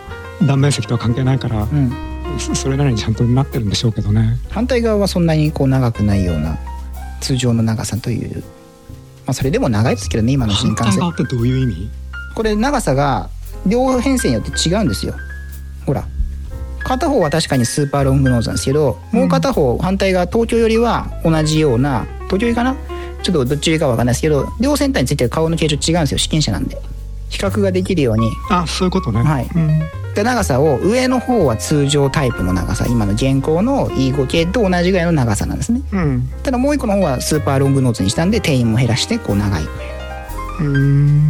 Speaker 3: 断面積とは関係ないから
Speaker 4: うん、
Speaker 3: そそれなりにちゃんとなってるんでしょうけどね
Speaker 4: 反対側はそんなにこう長くないような通常の長さという、まあ、それでも長いですけどね今の新
Speaker 3: 反
Speaker 4: 幹
Speaker 3: 対側
Speaker 4: 線
Speaker 3: ってどういう意味
Speaker 4: これ長さが両編成によって違うんですよほら片方は確かにスーパーロングノーズなんですけどもう片方反対側東京よりは同じような東京よりかなちょっとどっちよりかわかんないですけど両センターについてる顔の形状違うんですよ試験車なんで比較ができるように
Speaker 3: あそういうことね、
Speaker 4: はい
Speaker 3: うん
Speaker 4: で長さを上の方は通常タイプの長さ今の現行の E5 系と同じぐらいの長さなんですね
Speaker 3: うん
Speaker 4: ただもう一個の方はスーパーロングノーズにしたんで定員も減らしてこう長いこ
Speaker 3: うーん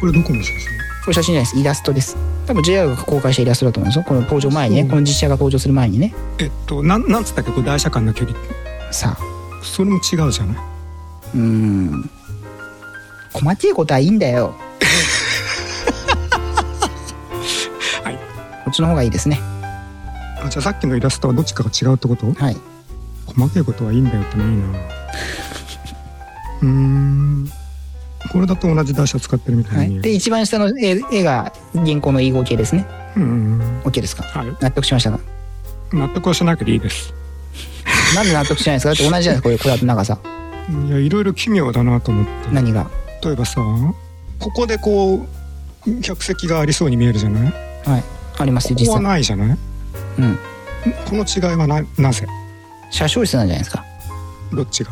Speaker 3: これどこの写真
Speaker 4: れ写真じゃないですイラストです多分 JR が公開したイラストだと思うんですよこの登場前にね
Speaker 3: そう
Speaker 4: この実写が登場する前にね
Speaker 3: えっとなんなんつったっけこれ台車間の距離
Speaker 4: さあ
Speaker 3: それも違うじゃないう
Speaker 4: ーん細けいことはいいんだ *laughs* よ
Speaker 3: はい
Speaker 4: こっちの方がいいですね
Speaker 3: あじゃあさっきのイラストはどっちかが違うってこと
Speaker 4: はい
Speaker 3: 細けいことはいいんだよってのいいなうーんこれだと同じ台車使ってるみた
Speaker 4: はい
Speaker 3: に、
Speaker 4: い、で一番下の絵絵が銀行の E 合形ですね
Speaker 3: うんうんうん
Speaker 4: OK ですか
Speaker 3: はい
Speaker 4: 納得しましたか
Speaker 3: 納得はしなくていいです
Speaker 4: なんで納得しないんですかだって同じじゃないですかこれこれと長さ
Speaker 3: いやいろいろ奇妙だなと思って
Speaker 4: 何が
Speaker 3: 例えばさここでこう客席がありそうに見えるじゃない
Speaker 4: はいあります
Speaker 3: こ
Speaker 4: よ実
Speaker 3: こは
Speaker 4: 際
Speaker 3: ないじゃない
Speaker 4: うん
Speaker 3: この違いはななぜ
Speaker 4: 車掌室なんじゃないですか
Speaker 3: どっちが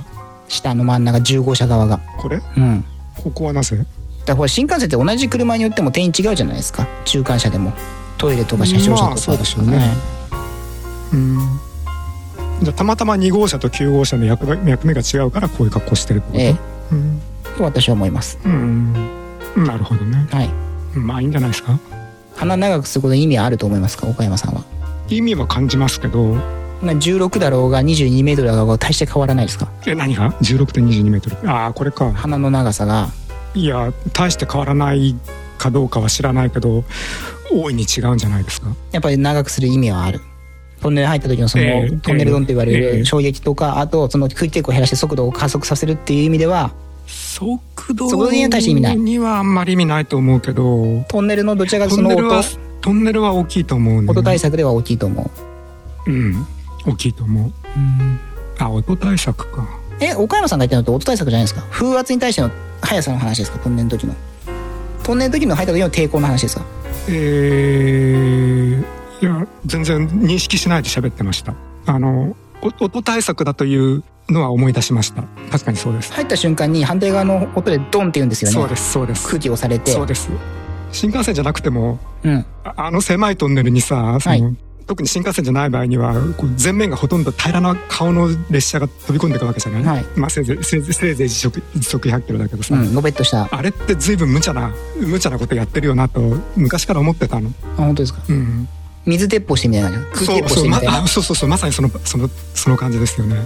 Speaker 4: 下の真ん中10号車側が
Speaker 3: これ
Speaker 4: うん
Speaker 3: ここはなぜ
Speaker 4: だからこれ新幹線って同じ車によっても定員違うじゃないですか中間車でもトイレとか車掌車と
Speaker 3: ま
Speaker 4: か
Speaker 3: あそうでしょうねうんじゃあたまたま2号車と9号車の役目役目が違うからこういう格好してるってこと、
Speaker 4: ええ
Speaker 3: うん
Speaker 4: と私は思います
Speaker 3: うんうんなるほどね
Speaker 4: はい
Speaker 3: まあいいんじゃないですか
Speaker 4: 鼻長くすることに意味はあると思いますか岡山さんは
Speaker 3: 意味は感じますけど
Speaker 4: な16だろうが22メートルだろうが大して変わらないですか
Speaker 3: え何が16.22メートルああこれか
Speaker 4: 鼻の長さが
Speaker 3: いや大して変わらないかどうかは知らないけど大いに違うんじゃないですか
Speaker 4: やっぱり長くする意味はあるトンネル入った時のその、
Speaker 3: ええ
Speaker 4: トンネルドンって言われ
Speaker 3: ええ
Speaker 4: る衝撃とか、あとその空気抵抗を減らして速度を加速させるっていう意味では
Speaker 3: 速
Speaker 4: 速度に対して意味ない
Speaker 3: にはあんまり意味ないと思うけど
Speaker 4: トンネルのどちらか
Speaker 3: ト
Speaker 4: そ
Speaker 3: ン
Speaker 4: の
Speaker 3: ネ
Speaker 4: 音
Speaker 3: ルはトンネルは大きいと思うね
Speaker 4: 音対策では大きいと思う
Speaker 3: うん大きいと思うあ音対策か
Speaker 4: え岡山さんが言ってるのって音対策じゃないですか風圧に対しての速さの話ですかトンネルの時のトンネルの時の入った時の抵抗の話ですか
Speaker 3: えー、いや全然認識しないで喋ってましたあのお音対策だというのは思い出しました確かにそうです、
Speaker 4: 入った瞬間に反対側の音でドンって言うんですよね
Speaker 3: そうですそうです
Speaker 4: 空気を押されて
Speaker 3: そうです新幹線じゃなくても
Speaker 4: うん
Speaker 3: ああの狭いトンネルにさその、
Speaker 4: は
Speaker 3: 特に新幹線じゃない場合にはこう前面がほとんど平らな顔の列車が飛び込んでいくわけじゃない、
Speaker 4: はい
Speaker 3: まあ、せいぜいせいぜいせいぜい時速時速100キロだけどさ、
Speaker 4: うんのべっとしたあ
Speaker 3: あれって随分無茶な無茶なことやってるよなと昔から思ってたの、
Speaker 4: 本当ですか
Speaker 3: うん、
Speaker 4: 水鉄砲してみたいな空気
Speaker 3: そう
Speaker 4: 鉄砲し
Speaker 3: そ
Speaker 4: て
Speaker 3: う,、
Speaker 4: み
Speaker 3: ま *laughs*
Speaker 4: たいな
Speaker 3: あ、そうそうそうまさにそのそのその感じですよね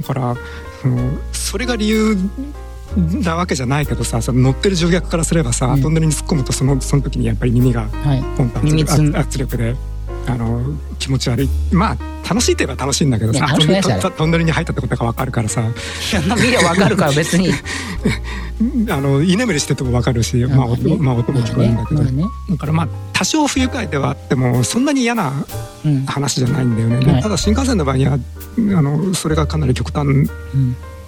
Speaker 3: だからそのそれが理由なわけじゃないけどさその乗ってる乗客からすればさ、
Speaker 4: うん
Speaker 3: トンネルに突っ込むとそのその時にやっぱり耳が
Speaker 4: はい *laughs*
Speaker 3: ポンと圧
Speaker 4: 耳つん
Speaker 3: 力あ圧力であの気持ち悪いまあ楽しいといえば楽しいんだけど
Speaker 4: い
Speaker 3: さ
Speaker 4: や楽しくないですよあれ
Speaker 3: トントントンネルに入ったってことが分かるからさ
Speaker 4: 見りゃわかるから別に
Speaker 3: あの居眠りしてても分かるし、まあ
Speaker 4: *laughs* まあね
Speaker 3: 音まあ、音も聞こえるんだけど、
Speaker 4: まあねま
Speaker 3: だからまあ多少不愉快ではあってもそんなに嫌な
Speaker 4: あね
Speaker 3: 話じゃないんだよね、で
Speaker 4: はい
Speaker 3: ただ新幹線の場合にはあのそれがかなり極端
Speaker 4: うん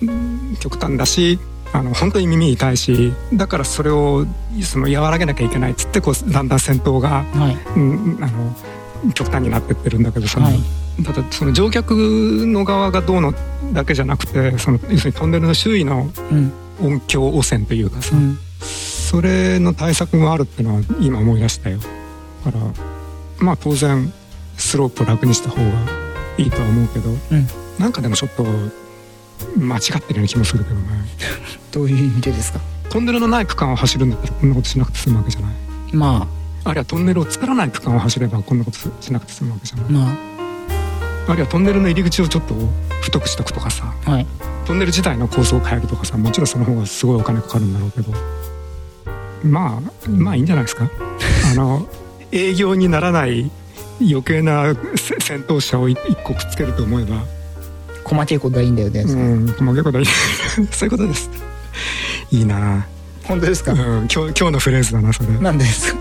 Speaker 4: うん
Speaker 3: 極端だしあの本当に耳痛いしだからそれをその和らげなきゃいけないっつってこうだんだん戦闘が、
Speaker 4: は
Speaker 3: う
Speaker 4: い
Speaker 3: ん、あの極端になってってるんだけどさ、
Speaker 4: はい
Speaker 3: ただその乗客の側がどうのだけじゃなくてその要するにトンネルの周囲の
Speaker 4: うん
Speaker 3: 音響汚染というかさ、
Speaker 4: うん
Speaker 3: それの対策もあるってのは今思い出したよだからまあ当然スロープを楽にした方がいいとは思うけど
Speaker 4: うん
Speaker 3: なんかでもちょっと間違ってるような気もするけどね
Speaker 4: どういう意味でですか
Speaker 3: トンネルのない区間を走るんだったらこんなことしなくて済むわけじゃない
Speaker 4: ま
Speaker 3: あるいはトンネルを作らない区間を走ればこんなことしなくて済むわけじゃな
Speaker 4: あ
Speaker 3: い
Speaker 4: ま
Speaker 3: あるいはトンネルの入り口をちょっと太くしとくとかさ
Speaker 4: あはい
Speaker 3: トンネル自体の構想を変えるとかさもちろんその方がすごいお金かかるんだろうけどまあまあいいんじゃないです
Speaker 4: *laughs*
Speaker 3: かあの営業にならない余計なせ戦闘車を一一個くっつけると思えば
Speaker 4: 細けいことがいいんだよね、
Speaker 3: うん細けいことはいい *laughs* そういうことですいいな
Speaker 4: 本当です
Speaker 3: あ、う
Speaker 4: か
Speaker 3: ん、今日今日のフレーズだなそれ
Speaker 4: なんでですか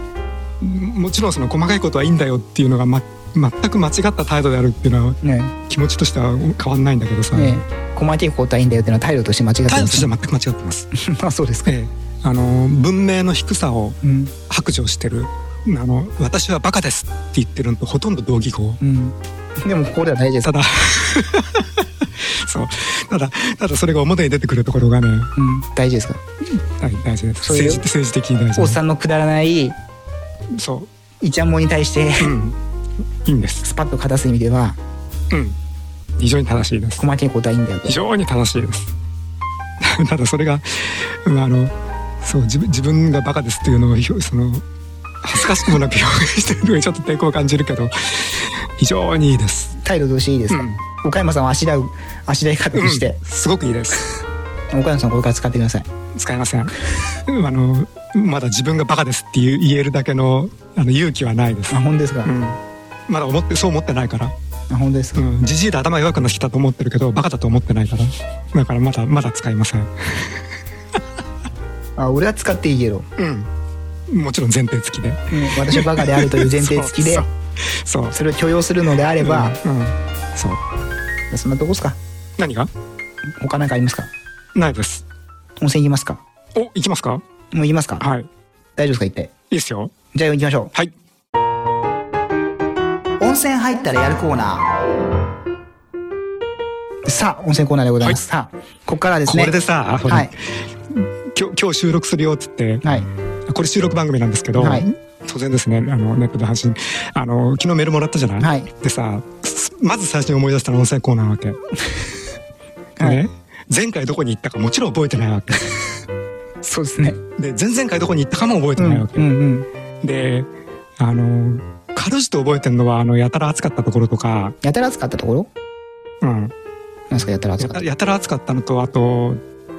Speaker 3: もちろんその細かいことはいいんだよっていうのが、ま、全く間違った態度であるっていうのは
Speaker 4: ね
Speaker 3: 気持ちとしては変わんないんだけどさ、
Speaker 4: えねえ細けいことはいいんだよっていうのは態度として間違って
Speaker 3: 態
Speaker 4: ま
Speaker 3: 度とし
Speaker 4: す
Speaker 3: ては全く間違ってます、
Speaker 4: *laughs* あそうですか、
Speaker 3: ええあの文明の低さを
Speaker 4: うん
Speaker 3: 白状してるあの私はバカですって言ってるのとほとんど同義語
Speaker 4: うんでもここでは大事です
Speaker 3: ただ *laughs* そうただただそれが表に出てくるところがね
Speaker 4: うん、大事ですか
Speaker 3: 大大事です
Speaker 4: そういう
Speaker 3: 政治政治的に大事
Speaker 4: おっ
Speaker 3: で
Speaker 4: さ
Speaker 3: す
Speaker 4: んのくだらない
Speaker 3: そ
Speaker 4: イチャモンに対して
Speaker 3: ううんいいんです
Speaker 4: スパッと勝たす意味では
Speaker 3: うん非常に正しいです
Speaker 4: 細けいことはいいんだよと
Speaker 3: 非常に正しいです *laughs* ただそれが、まあ、あのそう自分自分がバカですっていうのをひょその恥ずかしくもなく表現してるのにちょっと抵抗を感じるけど非常にいいです、
Speaker 4: 態度としていいですか、岡山さんはあしらうあしらい方
Speaker 3: う
Speaker 4: に
Speaker 3: ん
Speaker 4: して、
Speaker 3: すごくいいです
Speaker 4: 岡山さんこれから使ってください
Speaker 3: 使いません *laughs* あのまだ自分がバカですっていう言えるだけのあの勇気はないです
Speaker 4: あ、本当ですか、
Speaker 3: うん、まだ思ってそう思ってないから
Speaker 4: あ本当ですか、
Speaker 3: じじいで頭弱くなってきたと思ってるけどバカだと思ってないからだからまだまだ使いません
Speaker 4: あ俺は使っていいけど、
Speaker 3: うんもちろん前提付きで
Speaker 4: うん私はバカであるという前提 *laughs* 付きで
Speaker 3: そうそうそう
Speaker 4: それを許容するのであれば、
Speaker 3: うんうんそう
Speaker 4: そんなとこですか
Speaker 3: 何が
Speaker 4: 他何かありますか
Speaker 3: ないです
Speaker 4: 温泉行きますか
Speaker 3: お行きますか
Speaker 4: もう行きますか、
Speaker 3: はいい
Speaker 4: 大丈夫ですか行って
Speaker 3: いですよ
Speaker 4: じゃあ行きましょ
Speaker 3: はい、
Speaker 4: う温泉入ったらやるコーナーさあ温泉コーナーでございます、さあここからはです
Speaker 3: こ
Speaker 4: ね
Speaker 3: れでさ、ほら
Speaker 4: はい
Speaker 3: 今日今日収録するよっつって
Speaker 4: はい
Speaker 3: これ収録番組なんですけど、
Speaker 4: はい
Speaker 3: 当然ですねあのネットで配信あの昨日メールもらったじゃない、
Speaker 4: はい
Speaker 3: でさすまず最初に思い出したのは温泉コーナーなわ
Speaker 4: *laughs*
Speaker 3: け、
Speaker 4: はい
Speaker 3: ね、前回どこに行ったかもちろん覚えてないわけ
Speaker 4: そうですね
Speaker 3: で前々回どこに行ったかも覚えて
Speaker 4: うんう
Speaker 3: ない
Speaker 4: ん
Speaker 3: わけ、
Speaker 4: うん
Speaker 3: であのかろじて覚えてるのはあのやたら暑かったところとか、
Speaker 4: やたら暑かったところ
Speaker 3: うん、
Speaker 4: なんですかやたら暑
Speaker 3: や
Speaker 4: かった
Speaker 3: たやたら暑かったのとあと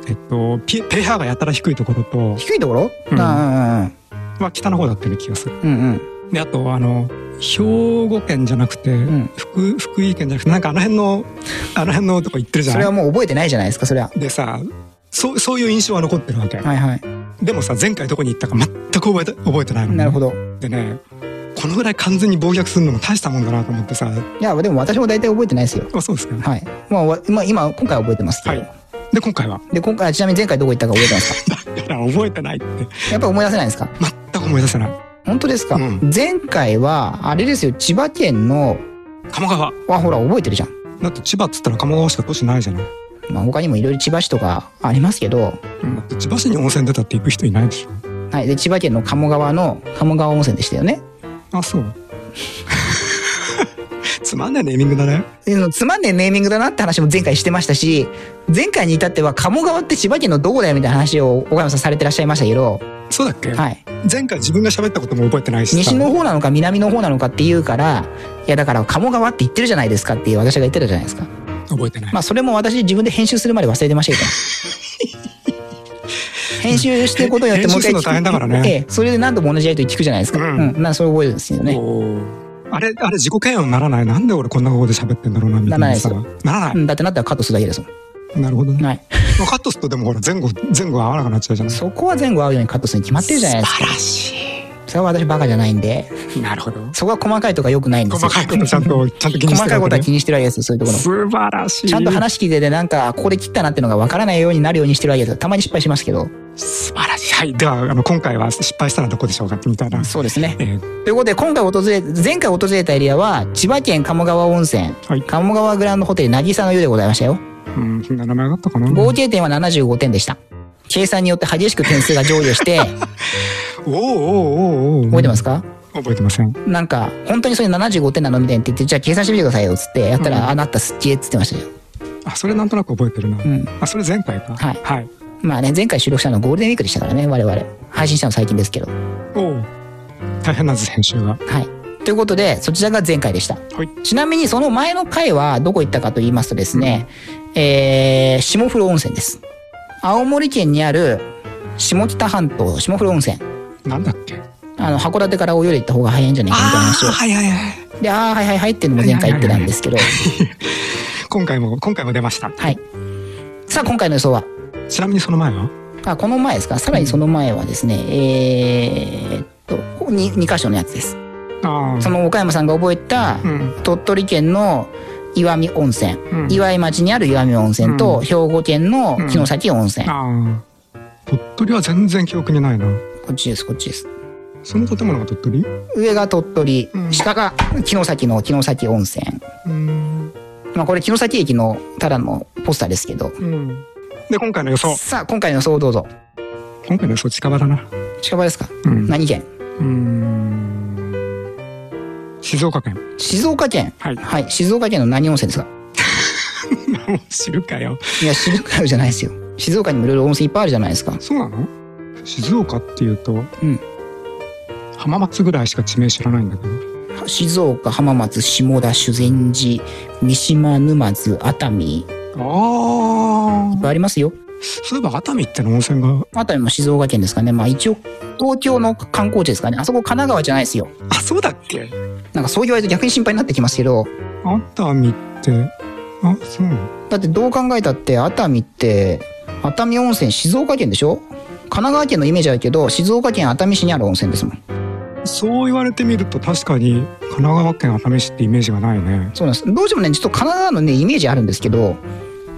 Speaker 3: えっとピ pH がやたら低いところと
Speaker 4: 低いところ、
Speaker 3: うん
Speaker 4: あ
Speaker 3: は北の方だったような気がする
Speaker 4: あうんうんうん
Speaker 3: であとあの兵庫県じゃなくて、
Speaker 4: ん
Speaker 3: 福福井県じゃなくてなんかあの辺のあの辺のとこ行ってるじゃ
Speaker 4: それは
Speaker 3: ない
Speaker 4: もう覚えてないじゃないですかそれは
Speaker 3: でさそうそういう印象は残ってるわけ、
Speaker 4: はいはい
Speaker 3: でもさ前回どこに行ったか全く覚えて覚えてないのね
Speaker 4: なるほど
Speaker 3: でねこのぐらい完全に暴虐するのも大したもんだなと思ってさ
Speaker 4: いやでも私も大体覚えてないですよ
Speaker 3: あそうですか
Speaker 4: はいまあわまあ今今回は覚えてますけ
Speaker 3: は
Speaker 4: ど、
Speaker 3: いで今回は
Speaker 4: で今回ちなみに前回どこ行ったか覚えてますか
Speaker 3: だから覚えてないって
Speaker 4: やっぱ思い出せないんですか
Speaker 3: 全く思い出せない
Speaker 4: 本当ですか、
Speaker 3: うん
Speaker 4: 前回はあれですよ千葉県の
Speaker 3: 鴨川
Speaker 4: あほら覚えてるじゃん、
Speaker 3: だって千葉っつったら鴨川しか都市ないじゃない
Speaker 4: まあ、他にもいろいろ千葉市とかありますけど、
Speaker 3: だって千葉市に温泉出たって行く人いないでしょ
Speaker 4: はい、で千葉県の鴨川の鴨川温泉でしたよね
Speaker 3: あそう *laughs* つまんないネーミングだね
Speaker 4: でそのつまんねえネーミングだなって話も前回してましたし前回に至っては鴨川って千葉県のどこだよみたいな話を岡山さんされてらっしゃいましたけど、
Speaker 3: そうだっけ、
Speaker 4: はい、
Speaker 3: 前回自分が喋ったことも覚えてないしさ
Speaker 4: 西の方なのか南の方なのかっていうからいやだから鴨川って言ってるじゃないですかっていう私が言ってたじゃないですか
Speaker 3: 覚えてない、
Speaker 4: まあそれも私自分で編集するまで忘れてました
Speaker 3: *laughs*
Speaker 4: けど編集してることによってもう一
Speaker 3: 編集す
Speaker 4: 回
Speaker 3: るの大変だからね
Speaker 4: ええそれで何度も同じやりとり聞くじゃないですか、
Speaker 3: う
Speaker 4: うんんなんかそれ覚えるんですよね、
Speaker 3: おーあれあれ自己嫌悪にならないなんで俺こんな方で喋ってんだろうなみたいなさ
Speaker 4: なら
Speaker 3: なら
Speaker 4: う
Speaker 3: ない、
Speaker 4: ん、だってなったらカットするだけですも
Speaker 3: なるほど
Speaker 4: ん、
Speaker 3: ね、
Speaker 4: はい、
Speaker 3: まあカットするとでもほら前後前後合わなくなっちゃうじゃない
Speaker 4: そこは前後合うようにカットするに決まってるじゃないですから
Speaker 3: し
Speaker 4: それは私バカじゃないんで
Speaker 3: いなるほど
Speaker 4: そこは細かいとかよくないんです
Speaker 3: 細
Speaker 4: よ
Speaker 3: かいことちゃんとちゃんと気にして
Speaker 4: 細かいことは気
Speaker 3: に
Speaker 4: にしてるわけですよそういうところ
Speaker 3: 素晴らしい
Speaker 4: ちゃんと話聞いててなんかここで切ったなってのがわからないようになるようにしてるわけですよたまに失敗しますけど
Speaker 3: 素晴らしいはいではあの今回は失敗したらどこでしょうかみたいな
Speaker 4: そうですね
Speaker 3: えー
Speaker 4: ということで、今回訪れ、前回訪れたエリアは、千葉県鴨川温泉、
Speaker 3: はい
Speaker 4: 鴨川グランドホテル渚の湯でございましたよ。
Speaker 3: うんそんな名前があったかな
Speaker 4: 合計点は75点でした。計算によって激しく点数が上
Speaker 3: *laughs*
Speaker 4: 下して、
Speaker 3: おーおーおーおー
Speaker 4: 覚えてますか
Speaker 3: 覚えてません
Speaker 4: なんか、本当にそれ75点なのみたいに言って、じゃあ計算してみてくださいよ、つって、やった
Speaker 3: うん
Speaker 4: ら、あ、なったすっげえ、つってましたよ。
Speaker 3: あそれなんとなく覚えてるな、
Speaker 4: ん
Speaker 3: あそれ前回か
Speaker 4: はい
Speaker 3: はい、
Speaker 4: まあね、前回収録したのはゴールデンウィークでしたからね、我々。配信したの最近ですけど。は
Speaker 3: おお大変なんです編集が
Speaker 4: い。ということで、そちらが前回でした。
Speaker 3: はい
Speaker 4: ちなみに、その前の回はどこ行ったかと言いますとですね、えー、下風呂温泉です。青森県にある下北半島下風呂温泉。
Speaker 3: なんだっけ
Speaker 4: あの、函館から泳いで行った方が早いんじゃないかみたいな話を。
Speaker 3: はいはいはい
Speaker 4: で、あーはいはいはいっていうのも前回言ってたんですけど、
Speaker 3: 今回も今回も出ました
Speaker 4: はい。さあ、今回の予想は
Speaker 3: ちなみにその前は
Speaker 4: あ、この前ですかさらにその前はですね、えーっと、2, 2箇所のやつです。
Speaker 3: ああ
Speaker 4: その岡山さんが覚えた、
Speaker 3: うん
Speaker 4: 鳥取県の岩見温泉、
Speaker 3: うん
Speaker 4: 岩井町にある岩見温泉と、
Speaker 3: う
Speaker 4: 兵庫県の
Speaker 3: うん
Speaker 4: 城崎温泉、
Speaker 3: ああ鳥取は全然記憶にないな
Speaker 4: こっちですこっちです
Speaker 3: その建物が鳥取
Speaker 4: 上が鳥取、
Speaker 3: うん
Speaker 4: 下が城崎の城崎温泉
Speaker 3: うん
Speaker 4: まあこれ城崎駅のただのポスターですけど
Speaker 3: うんで今回の予想
Speaker 4: さあ今回の予想をどうぞ
Speaker 3: 今回の予想近場だな
Speaker 4: 近場ですか、
Speaker 3: うん
Speaker 4: 何県
Speaker 3: うん静岡県
Speaker 4: 静岡県
Speaker 3: はい *laughs*
Speaker 4: 静岡県の何温泉ですか
Speaker 3: 知るかよ
Speaker 4: いや静岡じゃないですよ静岡にもいろいろ温泉いっぱいあるじゃないですか
Speaker 3: そうなの静岡っていうと、
Speaker 4: うん
Speaker 3: 浜松ぐらいしか地名知らないんだけど
Speaker 4: 静岡浜松下田修善寺三島沼津熱海
Speaker 3: ああ
Speaker 4: ありますよ。
Speaker 3: そういえば熱海っての温泉 *laughs* が
Speaker 4: 熱海も静岡県ですかね。まあ一応、東京の観光地ですかね。あそこ神奈川じゃないですよ。
Speaker 3: あそうだっけ
Speaker 4: なんかそう言われると逆に心配になってきますけど、
Speaker 3: 熱海ってあそうなの
Speaker 4: だってどう考えたって熱海って熱海温泉静岡県でしょ神奈川県のイメージあるけど静岡県熱海市にある温泉ですもん
Speaker 3: そう言われてみると確かに神奈川県熱海市ってイメージがないね
Speaker 4: そうなんですどうしてもねちょっと神奈川のねイメージあるんですけど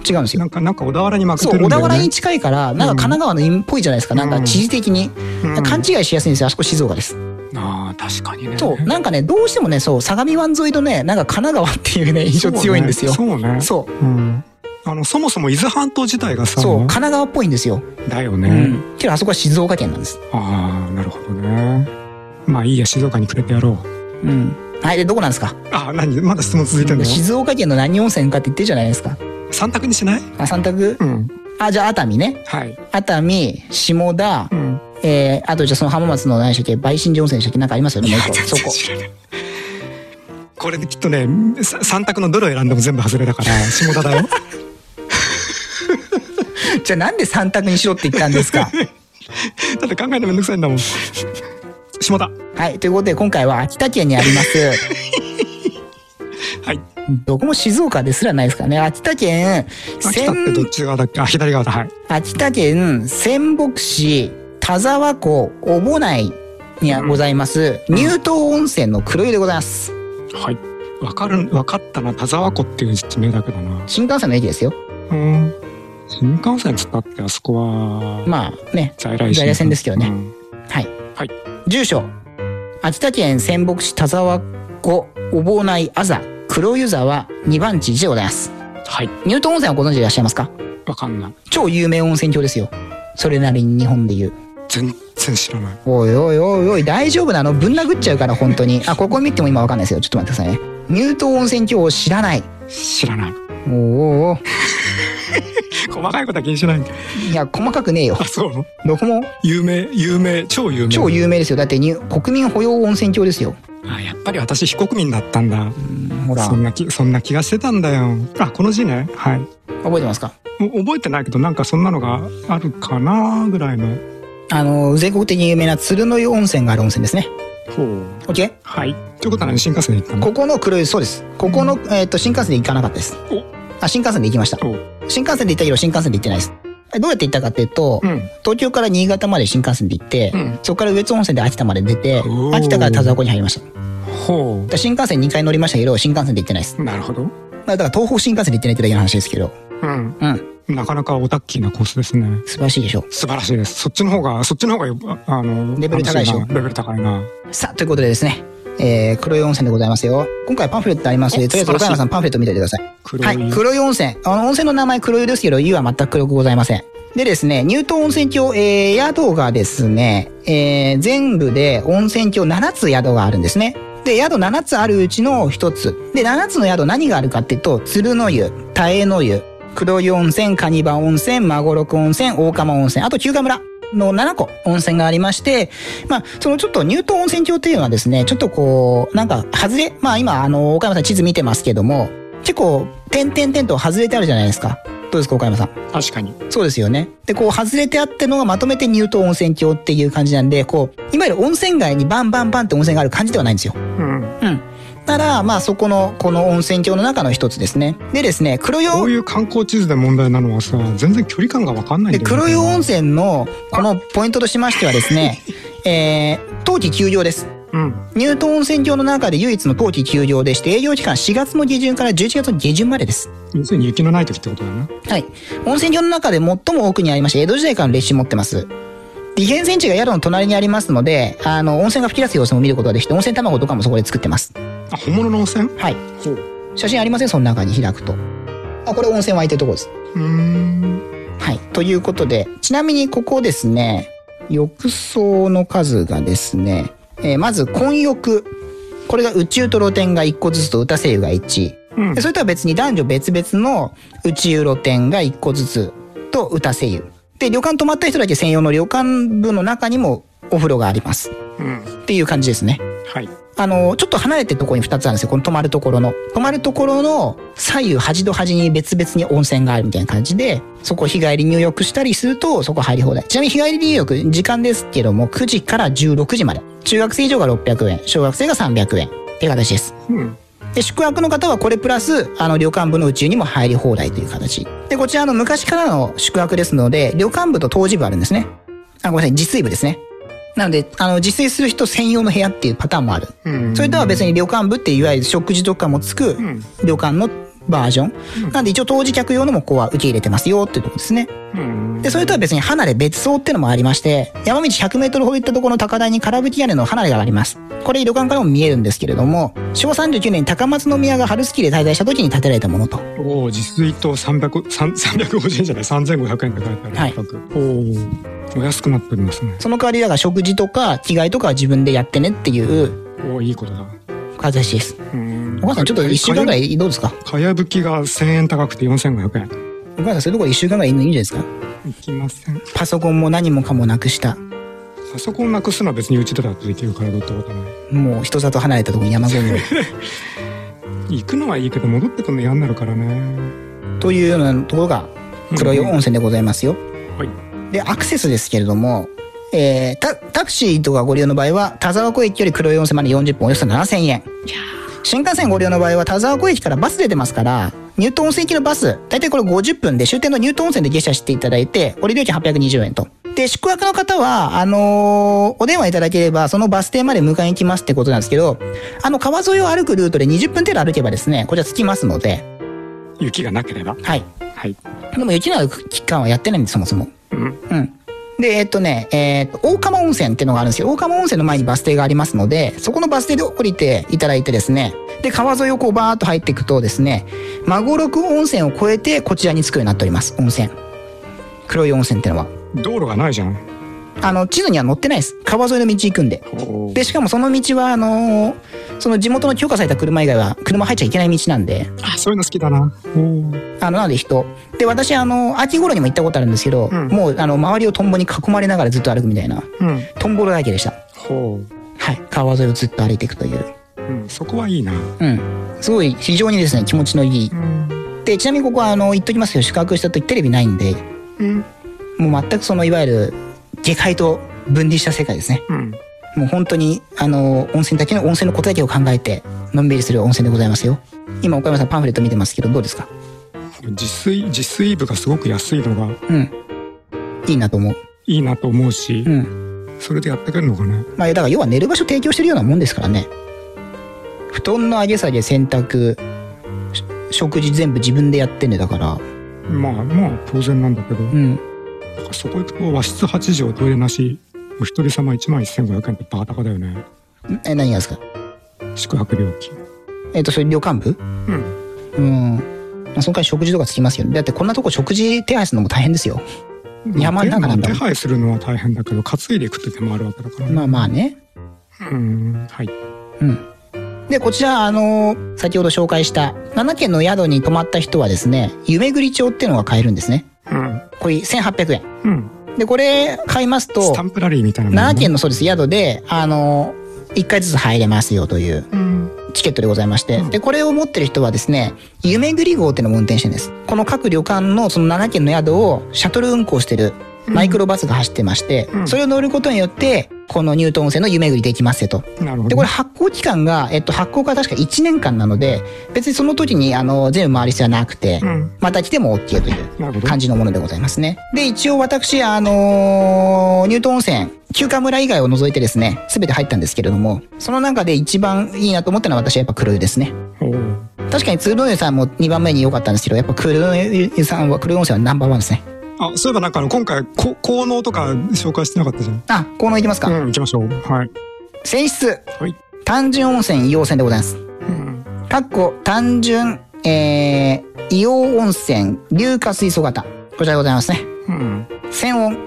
Speaker 4: 違うんです
Speaker 3: な
Speaker 4: よ
Speaker 3: んかなんか小田原に負け
Speaker 4: そ
Speaker 3: て
Speaker 4: う
Speaker 3: る
Speaker 4: 小
Speaker 3: んだ
Speaker 4: 田
Speaker 3: よ
Speaker 4: 原
Speaker 3: ね
Speaker 4: に近いからなんか神奈川のイメっぽいじゃないですか、なんか地理的に、
Speaker 3: うん
Speaker 4: 勘違いしやすいんですよあそこ静岡です
Speaker 3: ああ確かにね
Speaker 4: そうなんかねどうしてもねそう相模湾沿いのねなんか神奈川っていうね印象強いんですよ
Speaker 3: そうねう
Speaker 4: そう,、
Speaker 3: ん、あのそもそも伊豆半島自体がさ
Speaker 4: そう神奈川っぽいんですよ、
Speaker 3: だよ
Speaker 4: う
Speaker 3: ね、
Speaker 4: ん、けどあそこは静岡県なんです
Speaker 3: ああなるほどねまあいいや静岡にくれてやろう
Speaker 4: うんはいでどこなんですか
Speaker 3: ああ何まだ質問続いてんの
Speaker 4: 静岡県の何温泉かって言ってるじゃないですか
Speaker 3: 三択にしない
Speaker 4: あ、三択
Speaker 3: うん
Speaker 4: あ、じゃあ熱海ね。
Speaker 3: はい
Speaker 4: 熱海、下田、
Speaker 3: うん
Speaker 4: えー、あとじゃあその浜松の何でしたっけ、陪心寺温泉でしたっけなんかありますよね、もう一個。そこ。
Speaker 3: 知らないこれできっとねさ三択のどれを選んでも全部外れだから下田 *laughs* だよ
Speaker 4: じゃあなんで三択にしろって言ったんで
Speaker 3: *laughs*
Speaker 4: すか
Speaker 3: だって考えるのめんどくさいんだもん下田
Speaker 4: はい、ということで今回は秋田県にあります、
Speaker 3: はい
Speaker 4: どこも静岡ですらないですからね、秋田県、
Speaker 3: 秋田ってどっ
Speaker 4: 千、
Speaker 3: ち側だっけあ左側だはい
Speaker 4: 秋田県仙北市田沢湖小保内にございます、乳頭温泉の黒湯でございます。
Speaker 3: はいわかるわかったな田沢湖っていう地名だけどな
Speaker 4: 新幹線の駅ですよ。
Speaker 3: うん新幹線つったってあそこは
Speaker 4: まあね、
Speaker 3: 在来
Speaker 4: 在来線ですけどね
Speaker 3: うん
Speaker 4: はい。
Speaker 3: はい
Speaker 4: 住所秋田県仙北市田沢湖お坊内あざ黒湯沢2番地でございます
Speaker 3: はい
Speaker 4: 乳頭温泉はご存知でいらっしゃいますか
Speaker 3: わかんない
Speaker 4: 超有名温泉郷ですよそれなりに日本でいう
Speaker 3: 全然知らない
Speaker 4: おいおいおいおい大丈夫なのぶん殴っちゃうから本当にあここ見ても今わかんないですよちょっと待ってくださいね乳頭温泉郷を知らない
Speaker 3: 知らない
Speaker 4: おーおーお
Speaker 3: 細かいことは気にしないんだよ
Speaker 4: ーいや細かくねえ
Speaker 3: *laughs*
Speaker 4: よ
Speaker 3: あそう
Speaker 4: どこも
Speaker 3: 有名有名超有名
Speaker 4: 超有名ですよだってに国民保養温泉郷ですよ
Speaker 3: あやっぱり私非国民だったんだ
Speaker 4: ほら
Speaker 3: そん
Speaker 4: 覚
Speaker 3: な気そんな気がしてたんだよあこの字ねはい
Speaker 4: えてますか
Speaker 3: お覚えてないけどなんかそんなのがあるかなぐらいの
Speaker 4: あの全国的に有名な鶴の湯温泉がある温泉ですね
Speaker 3: ほう
Speaker 4: OK?
Speaker 3: はいということはね新幹線で行ったの
Speaker 4: ここの黒い、そうです。ここの、えっ、と、新幹線で行かなかったです。
Speaker 3: お
Speaker 4: あ、新幹線で行きました。
Speaker 3: お
Speaker 4: 新幹線で行ったけど、新幹線で行ってないです。えどうやって行ったかっていうと、
Speaker 3: うん
Speaker 4: 東京から新潟まで新幹線で行って、
Speaker 3: うん
Speaker 4: そこから上津温泉で秋田まで出て
Speaker 3: お、ー
Speaker 4: 秋田から田沢湖に入りました。だか
Speaker 3: ほ
Speaker 4: ら新幹線2回乗りましたけど、新幹線で行ってないです。
Speaker 3: うなるほど
Speaker 4: まあだから東北新幹線で行ってないってだけの話ですけど、
Speaker 3: うん
Speaker 4: うん、
Speaker 3: なかなかオタッキーなコースですね
Speaker 4: 素晴らしいでしょう。
Speaker 3: 素晴らしいですそっちの方がそっちの方がよああの
Speaker 4: レベル高いでしょ
Speaker 3: 楽なレベル高いな
Speaker 4: さあ、ということでですね、えー、黒い温泉でございますよ。今回パンフレットありますので、
Speaker 3: お
Speaker 4: とりあえず
Speaker 3: 素晴らしい
Speaker 4: 岡山さんパンフレット見ておいてください。
Speaker 3: 黒
Speaker 4: はいい、黒湯温泉。あの、温泉の名前黒湯ですけど、湯は全く黒くございません。でですね、入湯温泉郷、えー、宿がですね、えー、全部で温泉郷7つ宿があるんですね。で、宿7つあるうちの1つ。で、7つの宿何があるかっていうと、鶴の湯、田江の湯、黒湯温泉、カニバ温泉、孫六温泉、大釜温泉、あと旧河村。の7個温泉がありまして、まあ、そのちょっと入湯温泉郷っていうのはですね、ちょっとこう、なんか、外れ、まあ今、あの、岡山さん地図見てますけども、結構、点々点と外れてあるじゃないですか。どうですか、岡山さん。
Speaker 3: 確かに
Speaker 4: そうですよね。で、こう、外れてあってのがまとめて入湯温泉郷っていう感じなんで、こう、いわゆる温泉街にバンバンバンって温泉がある感じではないんですよ。
Speaker 3: うん
Speaker 4: うん。ただ、まあ、そこの、この温泉郷の中の一つですね。でですね、黒湯
Speaker 3: こういう観光地図で問題なのはさ全然距離感が分かんないん
Speaker 4: で、
Speaker 3: だよね
Speaker 4: 黒湯温泉の、このポイントとしましてはです *laughs* ね、えー、冬季休業です。
Speaker 3: うん
Speaker 4: 入湯温泉郷の中で唯一の冬季休業でして、営業期間4月の下旬から11月の下旬までです。
Speaker 3: 要するに雪のない時ってことだな
Speaker 4: はい。温泉郷の中で最も奥にありまして、江戸時代からの歴史を持ってます。利源泉地が宿の隣にありますので、あの、温泉が吹き出す様子も見ることができて、温泉卵とかもそこで作ってます。
Speaker 3: あ本物の温泉
Speaker 4: はい。
Speaker 3: ほう
Speaker 4: 写真ありませんその中に開くと。あ、これ温泉湧いてるとこです。
Speaker 3: うーん
Speaker 4: はい。ということで、ちなみにここですね、浴槽の数がですね、えーまず、混浴。これが宇宙と露天が1個ずつと歌声優が1。
Speaker 3: うん
Speaker 4: でそれとは別に男女別々の宇宙露天が1個ずつと歌声優。で、旅館泊まった人だけ専用の旅館部の中にもお風呂があります。
Speaker 3: うん
Speaker 4: っていう感じですね。
Speaker 3: はい
Speaker 4: あの、ちょっと離れてるところに2つあるんですよ。この泊まるところの。泊まるところの左右端と端に別々に温泉があるみたいな感じで、そこ日帰り入浴したりすると、そこ入り放題。ちなみに日帰り入浴、時間ですけども、9時から16時まで。中学生以上が600円、小学生が300円。っていう形です。
Speaker 3: うん。
Speaker 4: で、宿泊の方はこれプラス、あの、旅館部の宇宙にも入り放題という形。で、こちら、あの、昔からの宿泊ですので、旅館部と当時部あるんですね。あ、ごめんなさい、自炊部ですね。なので、あの、自炊する人専用の部屋っていうパターンもある。
Speaker 3: うん
Speaker 4: それとは別に旅館部っていわゆる食事とかもつく
Speaker 3: ん
Speaker 4: 旅館のバージョン。なんで一応当時客用のもここは受け入れてますよっていうところですね。
Speaker 3: うん。
Speaker 4: で、それとは別に離れ別荘ってのもありまして、山道100メートルほど行ったところの高台に空吹き屋根の離れがあります。これ旅館からも見えるんですけれども、昭和39年に高松宮が春月で滞在した時に建てられたものと。
Speaker 3: おお、自炊と300、三350円じゃない、3500円って書いてある。
Speaker 4: はい
Speaker 3: 一泊おお。お安くなっておりますね。
Speaker 4: その代わりだから食事とか着替えとかは自分でやってねっていう
Speaker 3: おお、いいことだ。
Speaker 4: 形です。
Speaker 3: うん
Speaker 4: お母さんちょっと一週間ぐらいどうですか
Speaker 3: かやぶきが1000円高くて4500円。
Speaker 4: お母さんそういうところ一週間ぐらいいいんじゃないですか
Speaker 3: いきません。
Speaker 4: パソコンも何もかもなくした。
Speaker 3: パソコンなくすのは別にうちでだってできるからどうってことない。
Speaker 4: もう人里離れたところに山小屋に
Speaker 3: 行くのはいいけど戻ってくるの嫌になるからね。
Speaker 4: というようなところが黒い温泉でございますよ。
Speaker 3: はい。
Speaker 4: で、アクセスですけれども、えータタクシーとかご利用の場合は、田沢湖駅より黒い温泉まで40分およそ7000円。新幹線ご利用の場合は、田沢湖駅からバス出てますから、ニュートン温泉行きのバス、大体これ50分で終点のニュートン温泉で下車していただいて、降り料金820円と。で、宿泊の方は、あのーお電話いただければ、そのバス停まで迎えに来ますってことなんですけど、あの、川沿いを歩くルートで20分程度歩けばですね、こちら着きますので、
Speaker 3: 雪がなければ。
Speaker 4: はい。
Speaker 3: はい。
Speaker 4: でも雪のある期間はやってないんです、そもそも。
Speaker 3: うん。
Speaker 4: うん。で、えっとね、えっと、大釜温泉っていうのがあるんですよ。大釜温泉の前にバス停がありますので、そこのバス停で降りていただいてですね、で、川沿いをこうバーッと入っていくとですね、孫六温泉を越えてこちらに着くようになっております、温泉。黒い温泉ってのは。
Speaker 3: 道路がないじゃん。
Speaker 4: あの、地図には載ってないです。川沿いの道行くんで。
Speaker 3: おお。
Speaker 4: で、しかもその道は、あのーその地元の許可された車以外は、車入っちゃいけない道なんで、
Speaker 3: あ、そういうの好きだな。おお。
Speaker 4: あの、なので人。で、私、あの、秋頃にも行ったことあるんですけど、
Speaker 3: ん
Speaker 4: もう、あの、周りをトンボに囲まれながらずっと歩くみたいな、
Speaker 3: うん。
Speaker 4: トンボだらけでした。
Speaker 3: ほ
Speaker 4: はい。川沿いをずっと歩いていくという。
Speaker 3: う。うん。そこはいいな。
Speaker 4: うん。すごい、非常にですね、気持ちのいい。で、ちなみにここは、あの、言っときますけど、宿泊した時テレビないんで、
Speaker 3: うん。
Speaker 4: もう全くその、いわゆる、下界と分離した世界ですね。
Speaker 3: うん。
Speaker 4: もう本当に、あの、温泉だけの、温泉のことだけを考えて、のんびりする温泉でございますよ。今、岡山さんパンフレット見てますけど、どうですか
Speaker 3: 自炊、自炊部がすごく安いのが
Speaker 4: うん。いいなと思う。
Speaker 3: いいなと思うし
Speaker 4: う、ん。
Speaker 3: それでやってくるのかね。
Speaker 4: まあ、だから要は寝る場所提供してるようなもんですからね。布団の上げ下げ、洗濯、し食事全部自分でやってんねだから。
Speaker 3: まあまあ当然なんだけど、
Speaker 4: うん。
Speaker 3: なんかそこ行くと和室8畳トイレなし、お一人様1万1500円ってバカ高だよね。
Speaker 4: え、何がですか
Speaker 3: 宿泊料金。
Speaker 4: えっ、と、それ旅館部
Speaker 3: うん。
Speaker 4: うん。まあ、その回食事とかつきますよね。だってこんなとこ食事手配するのも大変ですよ。山の中なんだ
Speaker 3: 手配するのは大変だけど、担いでいくって手もあるわけだからね。
Speaker 4: まあまあね。
Speaker 3: うん。はい。
Speaker 4: うん。で、こちら、あのー先ほど紹介した7軒の宿に泊まった人はですね、夢ぐり帳っていうのが買えるんですね。
Speaker 3: うん。
Speaker 4: これ1800円。
Speaker 3: うん。
Speaker 4: で、これ買いますと
Speaker 3: スタ、ンプラリーみたいなもんね
Speaker 4: 7軒のそうです、宿で、あのー、1回ずつ入れますよという
Speaker 3: うん。
Speaker 4: チケットでございまして、
Speaker 3: うん
Speaker 4: で、これを持ってる人はですね、夢ぐり号っていうのも運転してるんです。この各旅館のその7軒の宿をシャトル運行してるマイクロバスが走ってまして、
Speaker 3: うん
Speaker 4: それを乗ることによって、このニュートン温泉の夢ぐりできますよと。
Speaker 3: なるほど。
Speaker 4: で、これ発行期間が、えっと、発行が確か1年間なので、別にその時に、あの、全部回る必要はなくて、
Speaker 3: うん
Speaker 4: また来ても OK とい
Speaker 3: なるほ
Speaker 4: う
Speaker 3: ど
Speaker 4: 感じのものでございますね。で、一応私、あのーニュートン温泉、休暇村以外を除いてですね、すべて入ったんですけれども、その中で一番いいなと思ったのは私はやっぱ黒湯ですね。
Speaker 3: おう
Speaker 4: 確かに鶴の湯さんも2番目に良かったんですけど、やっぱ黒湯さんは、黒湯温泉はナンバーワンですね。
Speaker 3: あ、そういえばなんかあの、今回、こ効能とか紹介してなかったじゃん。
Speaker 4: あ、この行きますか。
Speaker 3: うん、行きましょう。はい。
Speaker 4: 泉質、
Speaker 3: はい。
Speaker 4: 単純温泉、硫黄泉でございます。
Speaker 3: うん。
Speaker 4: かっこ単純、えー、硫黄温泉、硫化水素型。こちらでございますね。
Speaker 3: うん。
Speaker 4: 泉温。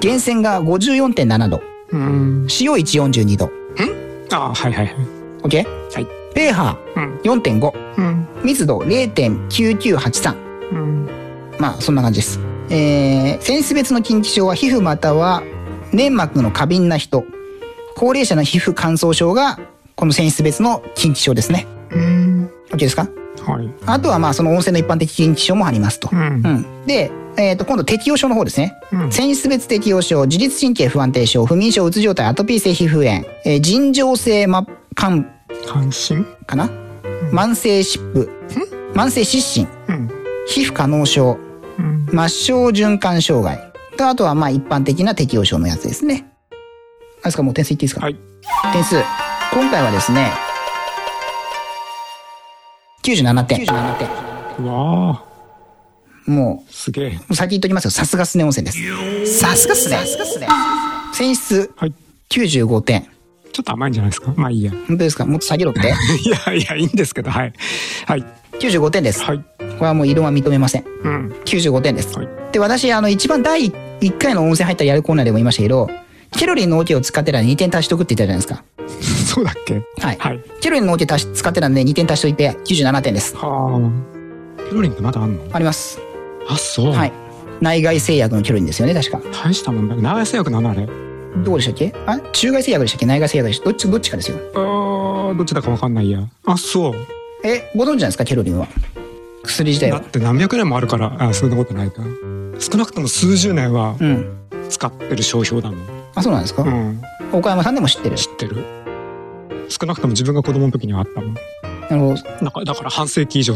Speaker 4: 源泉が54.7度。
Speaker 3: うん。
Speaker 4: 使用1 42度。
Speaker 3: あ、はいはいはい。
Speaker 4: OK?
Speaker 3: はい。
Speaker 4: ペーハ
Speaker 3: うん。
Speaker 4: ー4.5。
Speaker 3: うん。
Speaker 4: 密度0.9983。
Speaker 3: うん。
Speaker 4: まあ、そんな感じです。えー、泉質別の近畿症は皮膚または粘膜の過敏な人。高齢者の皮膚乾燥症が、この泉質別の近畿症ですね。
Speaker 3: うん。
Speaker 4: OK ですか
Speaker 3: はい。
Speaker 4: あとはまあその温泉の一般的禁止症もありますと。
Speaker 3: う
Speaker 4: うんんで、えっと今度適応症の方ですね。
Speaker 3: うん
Speaker 4: 繊質別適応症、自律神経不安定症、不眠症、うつ状態、アトピー性皮膚炎、えー尋常性末間、
Speaker 3: 関心
Speaker 4: かな慢性疾風慢性湿疹
Speaker 3: うん
Speaker 4: 皮膚可能症
Speaker 3: うん
Speaker 4: 末梢循環障害とあとはまあ一般的な適応症のやつですねあれですかもう点数いっていいですか、
Speaker 3: はい
Speaker 4: 点数今回はですね97点97点
Speaker 3: うわあ
Speaker 4: も
Speaker 3: すげえ
Speaker 4: う先言っときますよさすがすね温泉ですさすがっすね泉質
Speaker 3: はい
Speaker 4: 95点
Speaker 3: ちょっと甘いんじゃないですかまあいいや *laughs*
Speaker 4: 本当ですかもっと下げろって
Speaker 3: いやいやいいんですけどはいはい
Speaker 4: 95点です、
Speaker 3: はい
Speaker 4: これはもう異論は認めません
Speaker 3: うん
Speaker 4: 95点です、
Speaker 3: はい
Speaker 4: で私あの一番第1回の温泉入ったやるコーナーでも言いましたけどケロリンの OK を使ってたら2点足しとくって言ったじゃないですか
Speaker 3: そうだっけ
Speaker 4: はい。
Speaker 3: はい
Speaker 4: ケロリンの OK 足し使ってたんで2点足しといて97点です。
Speaker 3: はあケロリンってまだあんの
Speaker 4: あります。
Speaker 3: あそう、
Speaker 4: はい。内外製薬のケロリンですよね、確か。
Speaker 3: 大したもんだ長屋製薬なのあれ
Speaker 4: どうでしたっけあ中外製薬でしたっけ内外製薬でしたどっち、どっちかですよ。
Speaker 3: あーどっちだかわかんないやあそう
Speaker 4: え、ご存知なんですかケロリンは。薬自体
Speaker 3: だ
Speaker 4: は
Speaker 3: っ。て何百年もあるからあそんなことないか少なくとも数十年は
Speaker 4: うん。
Speaker 3: 使ってる商標だもん、
Speaker 4: あ、そうなんですか、
Speaker 3: うん、
Speaker 4: 岡山さんでも知ってる。
Speaker 3: 知ってる少なくとも自分が子供の時にはあったもん
Speaker 4: なるほど。
Speaker 3: だからだから半世紀以上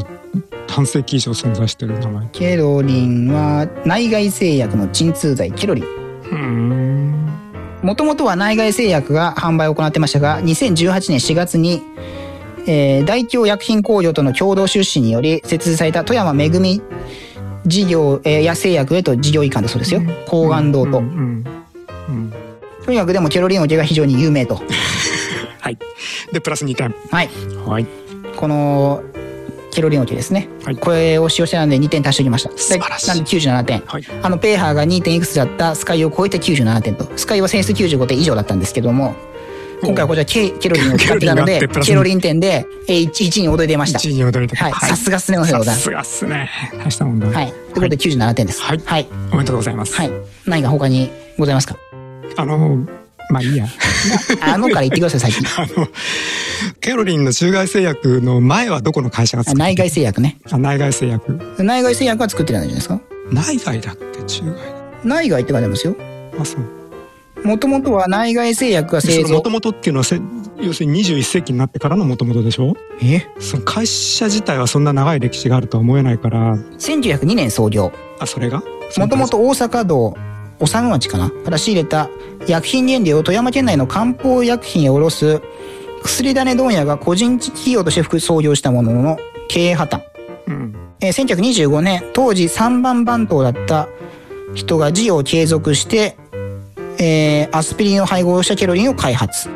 Speaker 3: 半世紀以上存在してる名前う
Speaker 4: ケロリンは内外製薬の鎮痛剤ケロリン。
Speaker 3: ーん
Speaker 4: もともとは内外製薬が販売を行ってましたが、2018年4月に、えー大京薬品工業との共同出資により設立された富山恵み事業、えー、や製薬へと事業移管だそうですよ。抗がん堂と
Speaker 3: うん。うん、うん、
Speaker 4: とにかくでもケロリンオケが非常に有名と。
Speaker 3: はいでプラス2点
Speaker 4: はい。
Speaker 3: はい
Speaker 4: この、ケロリンオケですね。
Speaker 3: はい
Speaker 4: これを使用してたので2点足しておきました。
Speaker 3: 素晴らしい
Speaker 4: でなんで97点。
Speaker 3: はい
Speaker 4: あの、ペーハーが2点いくつだったスカイを超えて97点と。スカイは選出95点以上だったんですけども、今回はこちらケケロリンを使ってたので
Speaker 3: ケロリンがあってプラ、ス
Speaker 4: ケロリン点でえー 1, 1に踊り出ました。
Speaker 3: 1位に踊りた
Speaker 4: はいさすがっすねおはようございます
Speaker 3: さすがっすね大したもんだ
Speaker 4: はい。ということで97点です。
Speaker 3: はい
Speaker 4: はい。
Speaker 3: おめでとうございます、
Speaker 4: はい。何か他にございますか
Speaker 3: あのまあいいや
Speaker 4: あのから言ってください、最
Speaker 3: *laughs*
Speaker 4: 近。
Speaker 3: あのケロリンの中外製薬の前はどこの会社が
Speaker 4: あ
Speaker 3: 作ってた
Speaker 4: 内外製薬ね。
Speaker 3: あ内外製薬
Speaker 4: 内外製薬は作ってないんじゃないですか
Speaker 3: 内外だって中外
Speaker 4: 内外って書いてますよ。
Speaker 3: あそう
Speaker 4: もともとは内外製薬が製
Speaker 3: その
Speaker 4: 造
Speaker 3: もと。もとっていうのはせ要するに21世紀になってからのもともとでしょ
Speaker 4: え
Speaker 3: その会社自体はそんな長い歴史があるとは思えないから
Speaker 4: ?1902 年創業。
Speaker 3: あそれが
Speaker 4: もともと大阪道、小佐野町かなから仕入れた薬品原料を富山県内の漢方薬品へ卸す薬種問屋が個人企業として副創業したものの経営破綻。
Speaker 3: うん
Speaker 4: えー1925年、当時3番番頭だった人が事業を継続して、えーアスピリンを配合したケロリンを開発。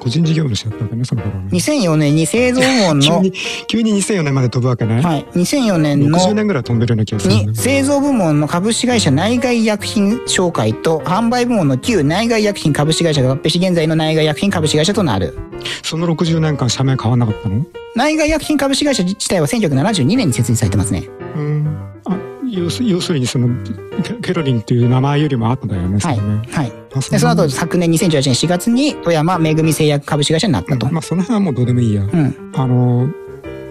Speaker 3: 個人事業主だったんだねその頃はね
Speaker 4: 2004年に製造部門
Speaker 3: 急
Speaker 4: の、
Speaker 3: に急に2004年まで飛ぶわけね、
Speaker 4: はい、2004年の
Speaker 3: 60年ぐらい飛んでるような気がするんだよ
Speaker 4: に
Speaker 3: ね
Speaker 4: 製造部門の株式会社内外薬品紹介と販売部門の旧内外薬品株式会社が合併し現在の内外薬品株式会社となる
Speaker 3: その60年間社名変わんなかったの
Speaker 4: 内外薬品株式会社自体は1972年に設立されてますね
Speaker 3: うんあ要す要するにそのケケロリンっていう名前よりも後だよね、そ
Speaker 4: は
Speaker 3: れ
Speaker 4: い
Speaker 3: ね
Speaker 4: はい
Speaker 3: あそう
Speaker 4: でその後昨年2018年4月に富山恵み製薬株式会社になったと
Speaker 3: まあその辺はもうどうでもいいや、
Speaker 4: うん
Speaker 3: あの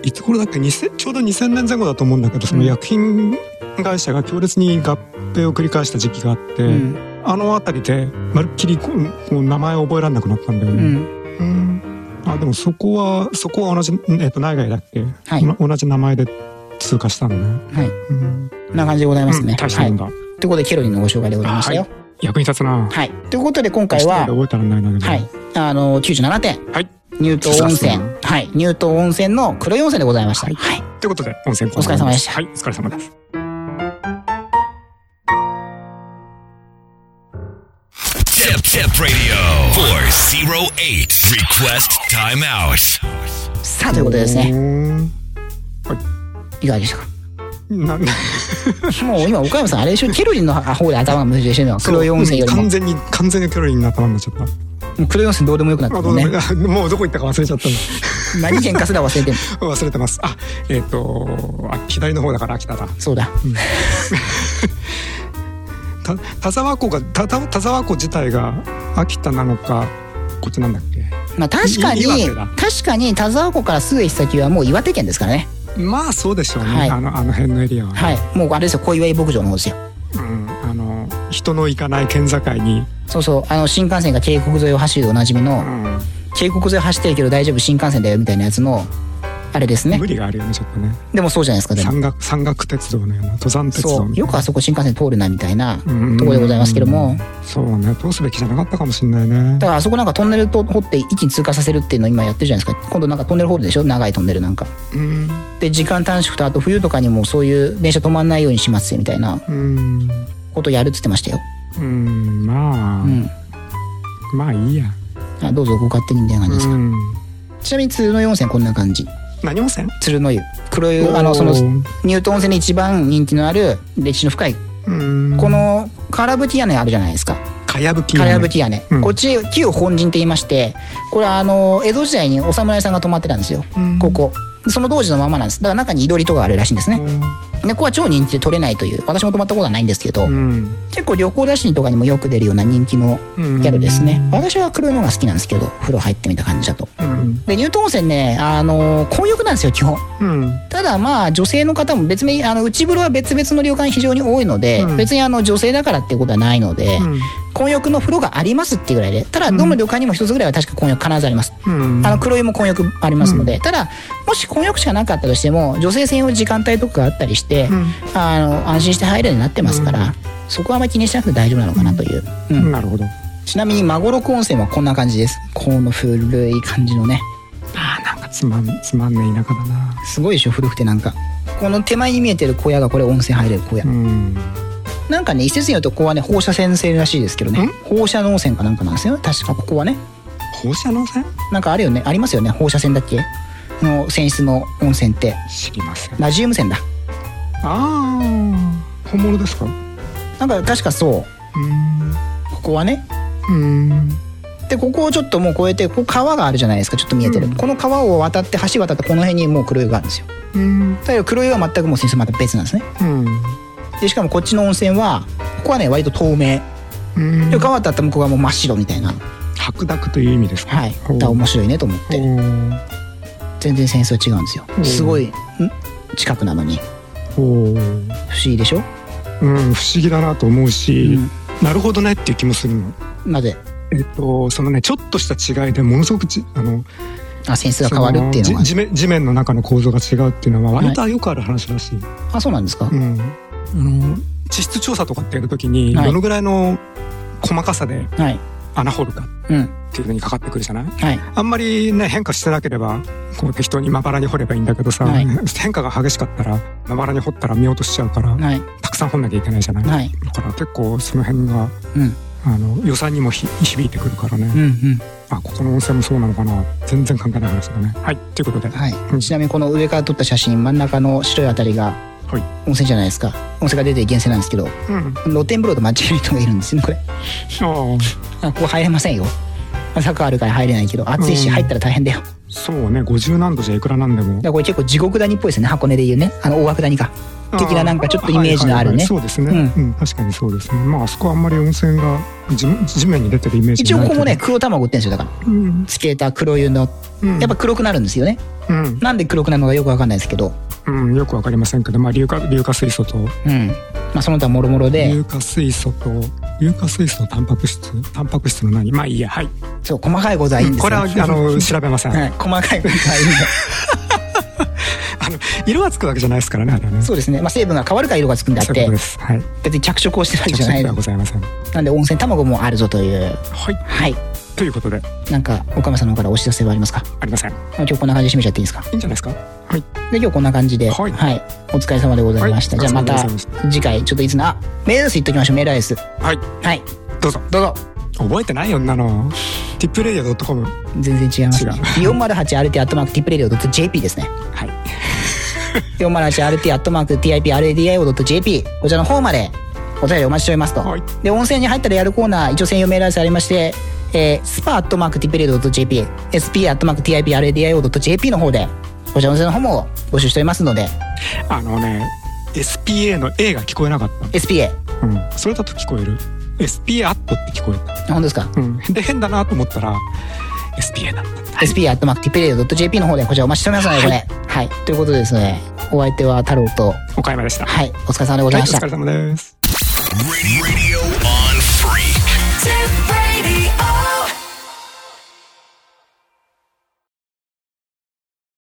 Speaker 3: いつ頃だっけ2000ちょうど2000年前後だと思うんだけどその薬品会社が強烈に合併を繰り返した時期があって、
Speaker 4: うん
Speaker 3: あの辺りでまるっきりこうこう名前を覚えられなくなったんだよ
Speaker 4: う
Speaker 3: ね、
Speaker 4: ん
Speaker 3: うんあでもそこはそこは同じ、えっと内外だっけ、
Speaker 4: はい
Speaker 3: ま同じ名前で通過したのね、
Speaker 4: はい
Speaker 3: うん
Speaker 4: こんな感じでございます
Speaker 3: う
Speaker 4: ね、
Speaker 3: ん大した
Speaker 4: は
Speaker 3: もん
Speaker 4: い
Speaker 3: だ、
Speaker 4: ということでケロリンのご紹介でございましたよ
Speaker 3: い、役に立つな
Speaker 4: はい、ということで今回
Speaker 3: 一人
Speaker 4: は
Speaker 3: で覚えたらないんだけど
Speaker 4: はいあの97点
Speaker 3: はい
Speaker 4: 乳頭温泉
Speaker 3: そうそう
Speaker 4: はい乳頭温泉の黒い温泉でございました
Speaker 3: はい
Speaker 4: はい
Speaker 3: ということで温泉コーナー
Speaker 4: お疲れ様でした
Speaker 3: はいお疲れ様です
Speaker 1: Tip Tip Radio 408. Request timeout.
Speaker 4: さあということでですね
Speaker 3: ね
Speaker 4: いかがでしたか
Speaker 3: な
Speaker 4: もう今岡山さんあれでしょケロリンの方で頭が無理してる *laughs* の黒い温泉よりも
Speaker 3: 完全に完全にケロリンの頭になっちゃった
Speaker 4: もう黒い温泉どうでもよくなって
Speaker 3: あ
Speaker 4: る
Speaker 3: ど
Speaker 4: も
Speaker 3: うんで
Speaker 4: ね
Speaker 3: もあもうどこ行ったか忘れちゃったの
Speaker 4: 何喧 *laughs* 嘩すら忘れてん
Speaker 3: *laughs*
Speaker 4: の
Speaker 3: 忘れてますあえっ、とあ左の方だから秋田だ
Speaker 4: そうだ
Speaker 3: た田沢湖がたた田沢湖自体が秋田なのかこっちなんだっけ
Speaker 4: まあ確かに
Speaker 3: い岩手だ
Speaker 4: 確かに田沢湖から数駅先はもう岩手県ですからね
Speaker 3: まあそうでしょうね、
Speaker 4: はい
Speaker 3: あのあの辺のエリアは、
Speaker 4: はいもうあれですよ小岩井牧場の方ですよ
Speaker 3: うん、あの人の行かない県境に、
Speaker 4: そうそうあの新幹線が渓谷沿いを走るでおなじみの
Speaker 3: うん、
Speaker 4: 渓谷沿い走ってるけど大丈夫新幹線だよみたいなやつのあれですね
Speaker 3: 無理があるよねちょっとね
Speaker 4: でもそうじゃないですかでも
Speaker 3: 山岳山岳鉄道のような登山鉄道
Speaker 4: そう
Speaker 3: みたい
Speaker 4: よ
Speaker 3: な
Speaker 4: くあそこ新幹線通るなみたいなところでございますけども
Speaker 3: そうね通すべきじゃなかったかもしれないね
Speaker 4: だからあそこなんかトンネルと掘って一気に通過させるっていうのを今やってるじゃないですか今度なんかトンネル掘るでしょ長いトンネルなんか
Speaker 3: うん
Speaker 4: で時間短縮とあと冬とかにもそういう電車止まんないようにしますよみたいな
Speaker 3: うん
Speaker 4: ことやるっつってましたよ
Speaker 3: うんまあ、
Speaker 4: うん
Speaker 3: まあいいや
Speaker 4: あどうぞご勝手にみたいな感じです
Speaker 3: う
Speaker 4: か、
Speaker 3: ん
Speaker 4: ちなみに鶴の湯温泉こんな感じ
Speaker 3: 何温泉
Speaker 4: 鶴の湯黒湯あのその入湯温泉で一番人気のある歴史の深い
Speaker 3: うん
Speaker 4: この空ぶき屋根あるじゃないですか
Speaker 3: かやぶき
Speaker 4: 空ぶき屋根、
Speaker 3: うん
Speaker 4: こっち旧本陣って言いましてこれはあの江戸時代にお侍さんが泊まってたんですよ、
Speaker 3: うん
Speaker 4: ここその当時のままなんですだから中に井戸りとかあるらしいんですね、でここは超人気で取れないという私も泊まったことはないんですけど、
Speaker 3: うん
Speaker 4: 結構旅行雑誌とかにもよく出るような人気の
Speaker 3: ギ
Speaker 4: ギャルですね、私は黒いのが好きなんですけど風呂入ってみた感じだと
Speaker 3: うん
Speaker 4: で入湯温泉ねあの混浴なんですよ基本
Speaker 3: うん
Speaker 4: ただまあ女性の方も別にあの内風呂は別々の旅館非常に多いので、
Speaker 3: うん
Speaker 4: 別にあの女性だからっていうことはないので、
Speaker 3: うん
Speaker 4: 混浴の風呂がありますっていうぐらいでただどの旅館にも一つぐらいは確か混浴必ずあります、
Speaker 3: うん
Speaker 4: あの黒湯も混浴ありますので、ただもし混浴しかなかったとしても女性専用時間帯とかがあったりして、
Speaker 3: うん
Speaker 4: あの安心して入れるようになってますから、そこはあまり気にしなくて大丈夫なのかなという、うん
Speaker 3: なるほど
Speaker 4: ちなみに孫六温泉はこんな感じですこの古い感じのね
Speaker 3: あーなんかつまんつまんねえ田舎だな
Speaker 4: すごいでしょ古くてなんかこの手前に見えてる小屋がこれ温泉入れる小屋、
Speaker 3: うん
Speaker 4: なんかね一説によるとここはね放射線性らしいですけどね
Speaker 3: ん
Speaker 4: 放射能温泉かなんかなんですよ確かここはね
Speaker 3: 放射能線
Speaker 4: なんかあるよねありますよね放射線だっけの泉質の温泉って
Speaker 3: 知りませんあ
Speaker 4: ラジウム泉だ
Speaker 3: あー本物ですか
Speaker 4: なんか確かそううここはね
Speaker 3: んうん
Speaker 4: でここをちょっともう越えてここ川があるじゃないですかちょっと見えてる、
Speaker 3: うん
Speaker 4: この川を渡って橋渡ってこの辺にもう黒湯があるんですよ
Speaker 3: うん
Speaker 4: だけど黒湯は全くもう水質また別なんですね
Speaker 3: うん
Speaker 4: でしかもこっちの温泉はここはね割と透明
Speaker 3: うん
Speaker 4: で川渡った向こうがもう真っ白みたいな
Speaker 3: 白濁という意味ですか
Speaker 4: はい
Speaker 3: おう
Speaker 4: だから面白いねと思って全然センスは違うんですよ
Speaker 3: おう
Speaker 4: すごいん近くなのに
Speaker 3: おうおう
Speaker 4: 不思議でしょ、
Speaker 3: うん不思議だなと思うし
Speaker 4: うん
Speaker 3: なるほどねっていう気もするの
Speaker 4: なぜ
Speaker 3: えっとそのねちょっとした違いでものすごくちあの
Speaker 4: あセンスが変わるっていうの
Speaker 3: そ
Speaker 4: が
Speaker 3: のじ地面地面の中の構造が違うっていうのは割とよくある話らしい、
Speaker 4: あそうなんですか、
Speaker 3: うん、あの地質調査とかってやるときに
Speaker 4: はい
Speaker 3: どのぐらいの細かさで
Speaker 4: はい
Speaker 3: 穴掘るか
Speaker 4: うん
Speaker 3: っていうのにかかってくるじゃない
Speaker 4: はい
Speaker 3: あんまりね変化してなければこう適当にまばらに掘ればいいんだけどさ、
Speaker 4: はい
Speaker 3: *laughs* 変化が激しかったらまばらに掘ったら見落としちゃうから
Speaker 4: はい
Speaker 3: たくさん掘んなきゃいけないじゃない、
Speaker 4: はい
Speaker 3: だから結構その辺が
Speaker 4: うん
Speaker 3: あの予算にもひ響いてくるからね、
Speaker 4: うんうん
Speaker 3: あここの温泉もそうなのかな全然関係ない話だねはいということで、
Speaker 4: はい、
Speaker 3: うん
Speaker 4: ちなみにこの上から撮った写真真ん中の白いあたりが
Speaker 3: はい
Speaker 4: 温泉じゃないですか温泉が出てる源泉なんですけど
Speaker 3: うん
Speaker 4: 露天風呂と間違える人がいるんですよねこれ
Speaker 3: ああ
Speaker 4: あここ入れませんよ坂あるから入れないけど暑いし
Speaker 3: うん
Speaker 4: 入ったら大変だよ、だか
Speaker 3: そうね50何度じゃいくらなんでも
Speaker 4: らこれ結構地獄谷っぽいですね箱根でいうねあの大涌谷か的ななんかちょっとイメージのあるね
Speaker 3: はいはいはいそうですね、うん確かにそうですねまああそこはあんまり温泉が地地面に出てるイメージ
Speaker 4: 一応
Speaker 3: ない
Speaker 4: こ
Speaker 3: け
Speaker 4: こ
Speaker 3: ど
Speaker 4: もね黒卵売ってるんですよだから
Speaker 3: うん
Speaker 4: つけた黒湯の
Speaker 3: うん
Speaker 4: やっぱ黒くなるんですよね
Speaker 3: うん、
Speaker 4: なんで黒くなるのかよくわかんないですけど
Speaker 3: うん、よくわかりませんけど、まあ、硫化硫化水素と
Speaker 4: うんまあその他もろもろで
Speaker 3: 硫化水素と硫化水素とタンパク質タンパク質の何まあいいやはい、
Speaker 4: そう細かいことはいいんですよ
Speaker 3: これはあの調べません、
Speaker 4: *laughs* はい細かいことはいいんで
Speaker 3: あの色がつくわけじゃないですからねあれはね
Speaker 4: そうですね、まあ、成分が変わるから色がつくんであっ
Speaker 3: そういうこ
Speaker 4: て
Speaker 3: とですはい
Speaker 4: 別に着色をしてるわけ
Speaker 3: 着
Speaker 4: じゃな
Speaker 3: 色
Speaker 4: い
Speaker 3: では
Speaker 4: の
Speaker 3: ございません
Speaker 4: なんで温泉卵もあるぞという
Speaker 3: はい
Speaker 4: はい
Speaker 3: ということで
Speaker 4: なんか岡村さんの方からお知らせはありますか
Speaker 3: ありませんい
Speaker 4: 今日こんな感じで締めちゃっていいですか
Speaker 3: いんじゃないですかはい
Speaker 4: で今日こんな感じでは
Speaker 3: はい
Speaker 4: い、お疲れ様でございました、
Speaker 3: はい
Speaker 4: じゃあま
Speaker 3: お疲
Speaker 4: た
Speaker 3: れ様でござい
Speaker 4: 次回ちょっといつなあメールアドレス言っときましょうメールアドレス
Speaker 3: はい
Speaker 4: はい
Speaker 3: どうぞ
Speaker 4: どうぞ
Speaker 3: 覚えてないよんなのティップレイヤー .com
Speaker 4: 全然違いますね
Speaker 3: 違う
Speaker 4: *laughs* 408RT アットマーク TIPRADIO.jp ですね
Speaker 3: はい
Speaker 4: 408RT アットマーク TIPRADIO.jp こちらの方までお便りお待ちしておりますと、
Speaker 3: はい
Speaker 4: で温泉に入ったらやるコーナー一応専用メールアドレスありましてえー、スパアットマーク TIPRADIO.jp SP アットマーク TIPRADIO.jp の方でこちらの温泉の方も募集しておりますので
Speaker 3: あのね SPA の A が聞こえなかっ
Speaker 4: SPA
Speaker 3: た、うん、それだと聞こえる SPA アットって聞こえ
Speaker 4: あ本当ですか
Speaker 3: た、うん、で変だなと思ったら SPA だっ
Speaker 4: SP アットマークティペレード .jp の方でこちらお待ちしておりますので、これ。はい。ということでですね、お相手は太郎と、
Speaker 3: た岡山でした、
Speaker 4: はい、お疲れ様でござ
Speaker 3: はいい、お
Speaker 4: ました
Speaker 3: 疲。れ様です
Speaker 1: Radio on Freak.
Speaker 2: Tip Radio.